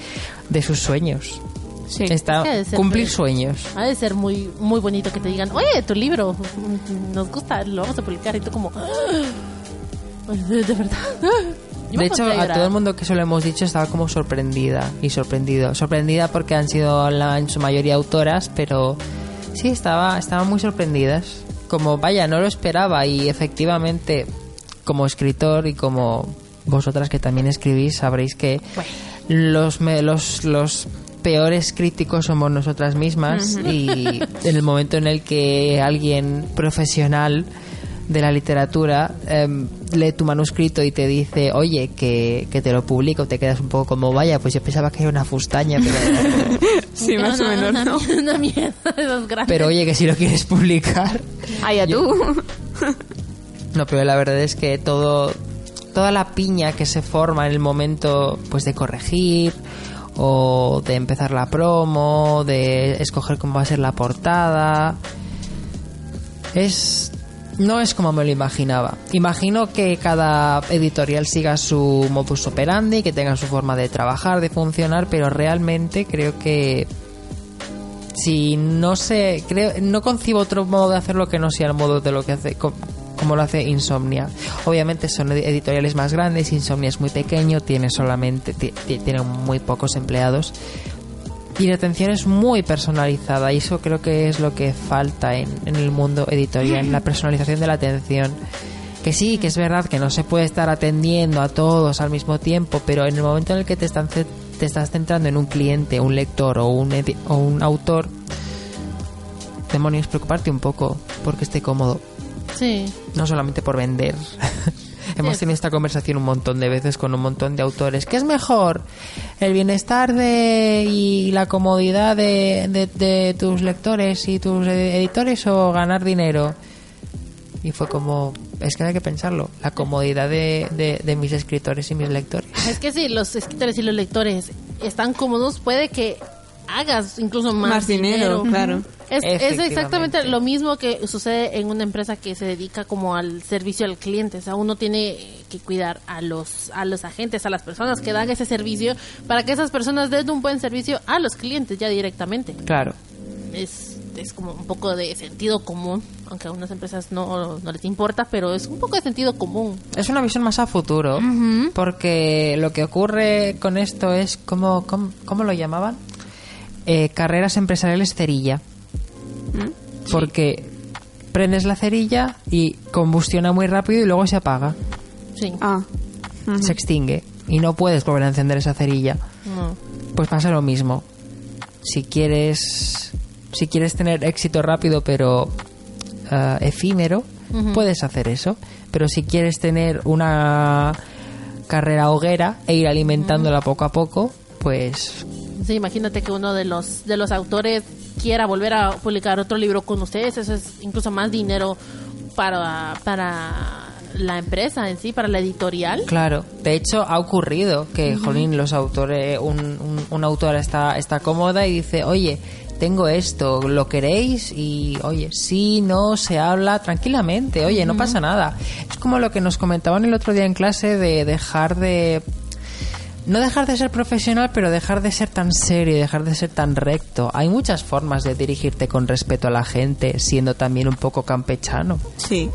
Speaker 1: de sus sueños.
Speaker 3: Sí.
Speaker 1: Está,
Speaker 4: Es que debe ser
Speaker 1: cumplir
Speaker 4: feliz.
Speaker 1: sueños.
Speaker 4: Ha de ser muy, muy bonito que te digan, oye, tu libro mm, nos gusta, lo vamos a publicar. Y tú como, "Ah, de de verdad. Yo me
Speaker 1: De hecho,
Speaker 4: pondría
Speaker 1: a
Speaker 4: llorar.
Speaker 1: todo el mundo que se lo hemos dicho estaba como sorprendida y sorprendido. Sorprendida porque han sido la- en su mayoría autoras, pero sí, estaba, estaban muy sorprendidas. Como, vaya, no lo esperaba y efectivamente, como escritor y como vosotras que también escribís, sabréis que
Speaker 4: Pues.
Speaker 1: los, me- los, los peores críticos somos nosotras mismas y en el momento en el que alguien profesional de la literatura em, lee tu manuscrito y te dice oye que, que te lo publico te quedas un poco como vaya pues yo pensaba que era una fustaña pero,
Speaker 3: Sí, más o
Speaker 4: Una-
Speaker 3: menos,
Speaker 4: una, mierda, Una
Speaker 3: ¿no?
Speaker 4: mierda de esas grandes.
Speaker 1: pero oye que si lo quieres publicar
Speaker 3: Ay, a tú.
Speaker 1: No, pero la verdad es que todo, toda la piña que se forma en el momento pues de corregir o de empezar la promo, de escoger cómo va a ser la portada, es no es como me lo imaginaba. Imagino que cada editorial siga su modus operandi, que tenga su forma de trabajar, de funcionar, pero realmente creo que si no sé, creo, no concibo otro modo de hacerlo que no sea el modo de lo que hace, co- como lo hace Insomnia. Obviamente son ed- editoriales más grandes, Insomnia es muy pequeño, tiene solamente, ti- ti- tiene muy pocos empleados, Y la atención es muy personalizada y eso creo que es lo que falta en, en el mundo editorial, la personalización de la atención. Que sí, que es verdad que no se puede estar atendiendo a todos al mismo tiempo, pero en el momento en el que te, están, ce- te estás centrando en un cliente, un lector o un, edi- o un autor, demonios, preocuparte un poco porque esté cómodo
Speaker 4: Sí.
Speaker 1: no solamente por vender. Hemos
Speaker 4: Sí.
Speaker 1: tenido esta conversación un montón de veces con un montón de autores. ¿Qué es mejor? ¿El bienestar de, y la comodidad de, de- de tus lectores y tus eh, editores o ganar dinero? Y fue como, es que hay que pensarlo, la comodidad de, de- de mis escritores y mis lectores.
Speaker 4: Es que si los escritores y los lectores están cómodos, puede que hagas incluso más,
Speaker 3: Más dinero, claro.
Speaker 4: Es, es
Speaker 1: Efectivamente.
Speaker 4: exactamente lo mismo que sucede en una empresa que se dedica como al servicio al cliente. O sea, uno tiene que cuidar a los, a los agentes, a las personas que dan ese servicio, para que esas personas den un buen servicio a los clientes ya directamente.
Speaker 1: Claro.
Speaker 4: Es, es como un poco de sentido común, aunque a unas empresas no, no les importa, pero es un poco de sentido común.
Speaker 1: Es una visión más a futuro, porque lo que ocurre con esto es, como, cómo, cómo lo llamaban? Eh, carreras empresariales cerilla. Porque prendes la cerilla y combustiona muy rápido y luego se apaga,
Speaker 4: Sí.
Speaker 3: Ah,
Speaker 1: se extingue y no puedes volver a encender esa cerilla.
Speaker 4: No.
Speaker 1: Pues pasa lo mismo. Si quieres, si quieres tener éxito rápido pero ah, efímero, puedes hacer eso. Pero si quieres tener una carrera hoguera e ir alimentándola poco a poco, pues
Speaker 4: Sí, imagínate que uno de los de los autores quiera volver a publicar otro libro con ustedes, eso es incluso más dinero para para la empresa en sí, para la editorial.
Speaker 1: Claro, de hecho ha ocurrido que, jolín, los autores, un, un, una autora está, está cómoda y dice, oye, tengo esto, ¿lo queréis? Y, oye, sí, no, se habla tranquilamente, oye, no pasa nada. Es como lo que nos comentaban el otro día en clase de dejar de... No dejar de ser profesional, pero dejar de ser tan serio y dejar de ser tan recto. Hay muchas formas de dirigirte con respeto a la gente, siendo también un poco campechano.
Speaker 3: sí.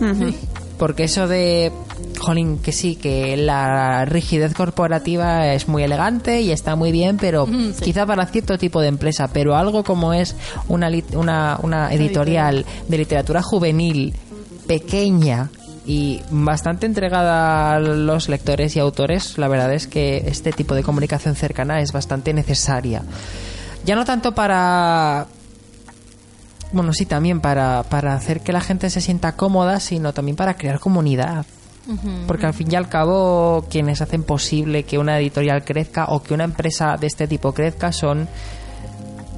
Speaker 3: Ujú.
Speaker 1: Porque eso de, jolín, que sí, que la rigidez corporativa es muy elegante y está muy bien, pero
Speaker 4: Ujú, sí.
Speaker 1: quizá para cierto tipo de empresa, pero algo como es una, lit- una, una editorial de literatura juvenil pequeña y bastante entregada a los lectores y autores, la verdad es que este tipo de comunicación cercana es bastante necesaria. Ya no tanto para bueno, sí, también para, para hacer que la gente se sienta cómoda, sino también para crear comunidad. Porque al fin y al cabo, quienes hacen posible que una editorial crezca o que una empresa de este tipo crezca son.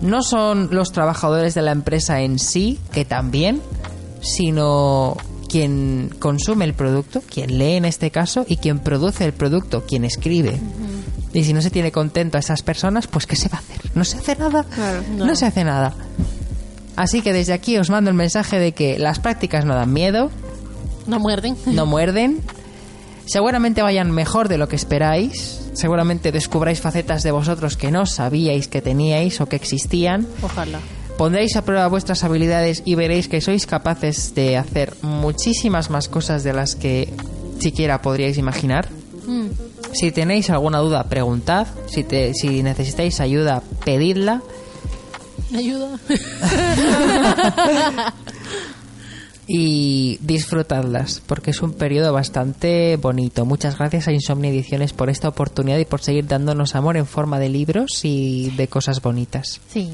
Speaker 1: No son los trabajadores de la empresa en sí, que también, sino quien consume el producto, quien lee en este caso, y quien produce el producto, quien escribe. Y si no se tiene contento a esas personas, pues ¿qué se va a hacer? No se hace nada.
Speaker 3: Claro.
Speaker 1: no se hace nada. Así que desde aquí os mando el mensaje de que las prácticas no dan miedo,
Speaker 4: No muerden.
Speaker 1: no muerden, seguramente vayan mejor de lo que esperáis, seguramente descubráis facetas de vosotros que no sabíais que teníais o que existían,
Speaker 4: Ojalá.
Speaker 1: pondréis a prueba vuestras habilidades y veréis que sois capaces de hacer muchísimas más cosas de las que siquiera podríais imaginar.
Speaker 4: Mm.
Speaker 1: Si tenéis alguna duda, preguntad. Si, te- si necesitáis ayuda, pedidla.
Speaker 4: Ayuda.
Speaker 1: y disfrutadlas, porque es un periodo bastante bonito. Muchas gracias a Insomnia Ediciones por esta oportunidad y por seguir dándonos amor en forma de libros y de cosas bonitas.
Speaker 4: Sí.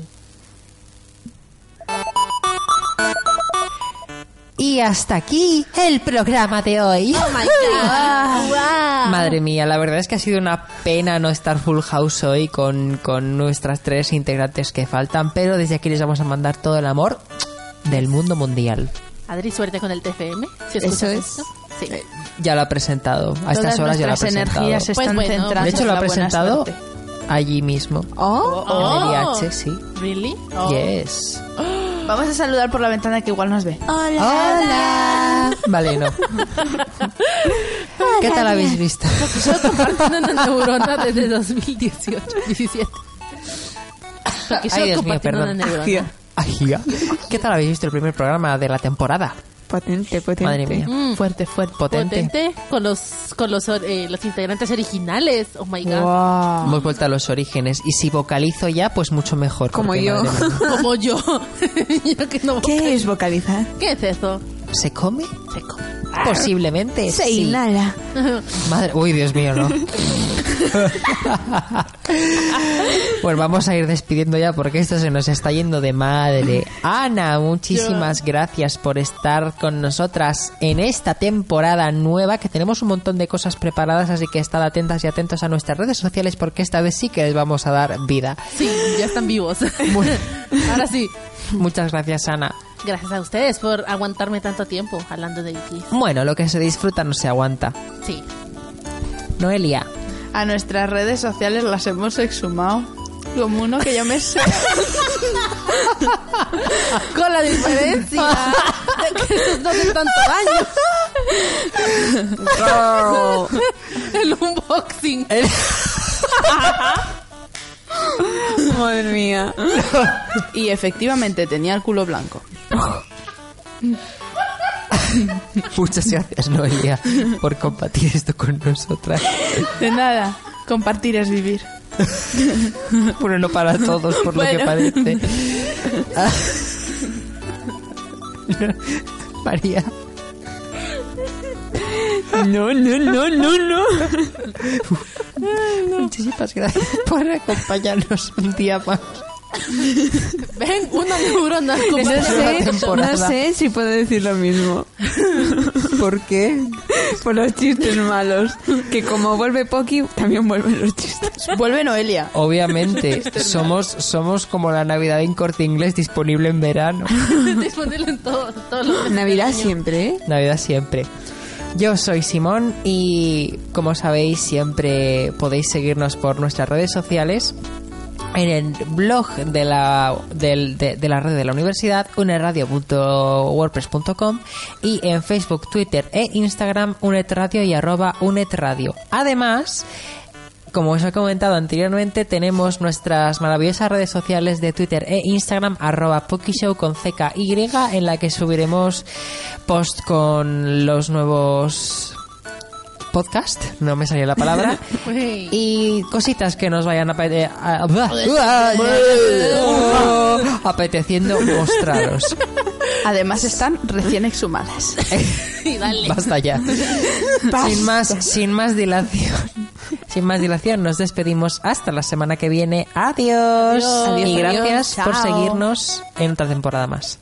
Speaker 1: Y hasta aquí el programa de hoy.
Speaker 4: Ah.
Speaker 1: Madre mía, la verdad es que ha sido una pena no estar full house hoy con, con nuestras tres integrantes que faltan, pero desde aquí les vamos a mandar todo el amor del mundo mundial.
Speaker 4: Adri, suerte con el TFM. Si escuchas
Speaker 2: Eso es.
Speaker 4: esto. Sí.
Speaker 1: Eh, Ya lo ha presentado. A estas horas ya lo ha
Speaker 2: nuestras
Speaker 1: presentado.
Speaker 2: energías
Speaker 4: Pues
Speaker 2: están
Speaker 4: bueno,
Speaker 1: De
Speaker 2: centradas
Speaker 1: hecho,
Speaker 2: en
Speaker 1: lo
Speaker 2: la
Speaker 1: ha
Speaker 2: buena
Speaker 1: presentado
Speaker 2: suerte.
Speaker 1: allí mismo.
Speaker 2: Oh,
Speaker 1: En el
Speaker 4: Oh.
Speaker 1: IH, sí.
Speaker 4: Really? Oh.
Speaker 1: Yes.
Speaker 2: vamos a saludar por la ventana que igual nos ve.
Speaker 4: Oh.
Speaker 1: Hola. Vale, no. ¿Qué tal habéis visto?
Speaker 4: Yo compartiendo Oh. una neurona desde 2018, 17. Porque yo
Speaker 1: Ay, Dios mío,
Speaker 4: compartiendo
Speaker 1: perdón.
Speaker 4: una neurona.
Speaker 1: Ay, ya. ¿Qué tal habéis visto el primer programa de la temporada?
Speaker 3: Potente, potente.
Speaker 1: Madre mía.
Speaker 4: Mm.
Speaker 2: Fuerte, fuerte.
Speaker 1: Potente.
Speaker 4: potente con los con los, eh, los integrantes originales. Oh my god.
Speaker 2: Wow.
Speaker 1: Hemos vuelto a los orígenes. Y si vocalizo ya, pues mucho mejor.
Speaker 3: Como
Speaker 1: porque,
Speaker 3: yo.
Speaker 1: madre mía.
Speaker 4: Como yo. Yo que no-
Speaker 3: ¿Qué es vocalizar?
Speaker 4: ¿Qué es eso?
Speaker 1: ¿Se come?
Speaker 4: Se come.
Speaker 1: Posiblemente.
Speaker 3: Se
Speaker 1: sí.
Speaker 3: inhala.
Speaker 1: Madre, uy, Dios mío, no. pues vamos a ir despidiendo ya porque esto se nos está yendo de madre. Ana, muchísimas gracias por estar con nosotras en esta temporada nueva que tenemos un montón de cosas preparadas, así que estad atentas y atentos a nuestras redes sociales porque esta vez sí que les vamos a dar vida.
Speaker 4: Sí, ya están vivos.
Speaker 1: Muy-
Speaker 4: Ahora sí.
Speaker 1: Muchas gracias, Ana.
Speaker 4: Gracias a ustedes por aguantarme tanto tiempo hablando de Yuki.
Speaker 1: Bueno, lo que se disfruta no se aguanta.
Speaker 4: Sí.
Speaker 1: Noelia.
Speaker 2: A nuestras redes sociales las hemos exhumado. Como uno que yo me sé.
Speaker 4: Con la diferencia de que estos no hacen tanto daño. El unboxing.
Speaker 3: Madre mía.
Speaker 2: Y efectivamente tenía el culo blanco.
Speaker 1: Muchas gracias, Noelia, por compartir esto con nosotras.
Speaker 2: De nada, compartir es vivir.
Speaker 1: Bueno, no para todos, por lo que
Speaker 2: Bueno.
Speaker 1: parece. Ah. María.
Speaker 2: No, no, no, no, no.
Speaker 1: Muchísimas gracias por acompañarnos un día más.
Speaker 4: Ven, una neurona. como
Speaker 3: No
Speaker 1: Esta es la
Speaker 3: sé,
Speaker 1: temporada.
Speaker 3: no sé si puedo decir lo mismo.
Speaker 1: ¿Por qué?
Speaker 3: Por los chistes malos. Que como vuelve Poki, también vuelven los chistes.
Speaker 2: Vuelve Noelia.
Speaker 1: Obviamente, somos, somos como la Navidad en corte inglés disponible en verano.
Speaker 4: Disponible en todo- todos los meses del
Speaker 3: Navidad
Speaker 4: año.
Speaker 3: siempre, ¿eh?
Speaker 1: Navidad siempre. Yo soy Simón y como sabéis siempre podéis seguirnos por nuestras redes sociales. En el blog de la, del- de, de la red de la universidad, uneradio.wordpress.com y en Facebook, Twitter e Instagram, unetradio y arroba unetradio. Además, como os he comentado anteriormente, tenemos nuestras maravillosas redes sociales de Twitter e Instagram, arroba Pokishow con CKY, en la que subiremos post con los nuevos podcast, no me salía la palabra,
Speaker 4: Uy.
Speaker 1: y cositas que nos vayan apete- a- a- apeteciendo mostraros.
Speaker 2: Además están recién exhumadas.
Speaker 4: Y dale.
Speaker 1: Basta ya. Sin más, sin más dilación. Sin más dilación, nos despedimos hasta la semana que viene. Adiós.
Speaker 4: Adiós.
Speaker 1: y
Speaker 4: Adiós,
Speaker 1: gracias por
Speaker 3: chao.
Speaker 1: seguirnos en otra temporada más.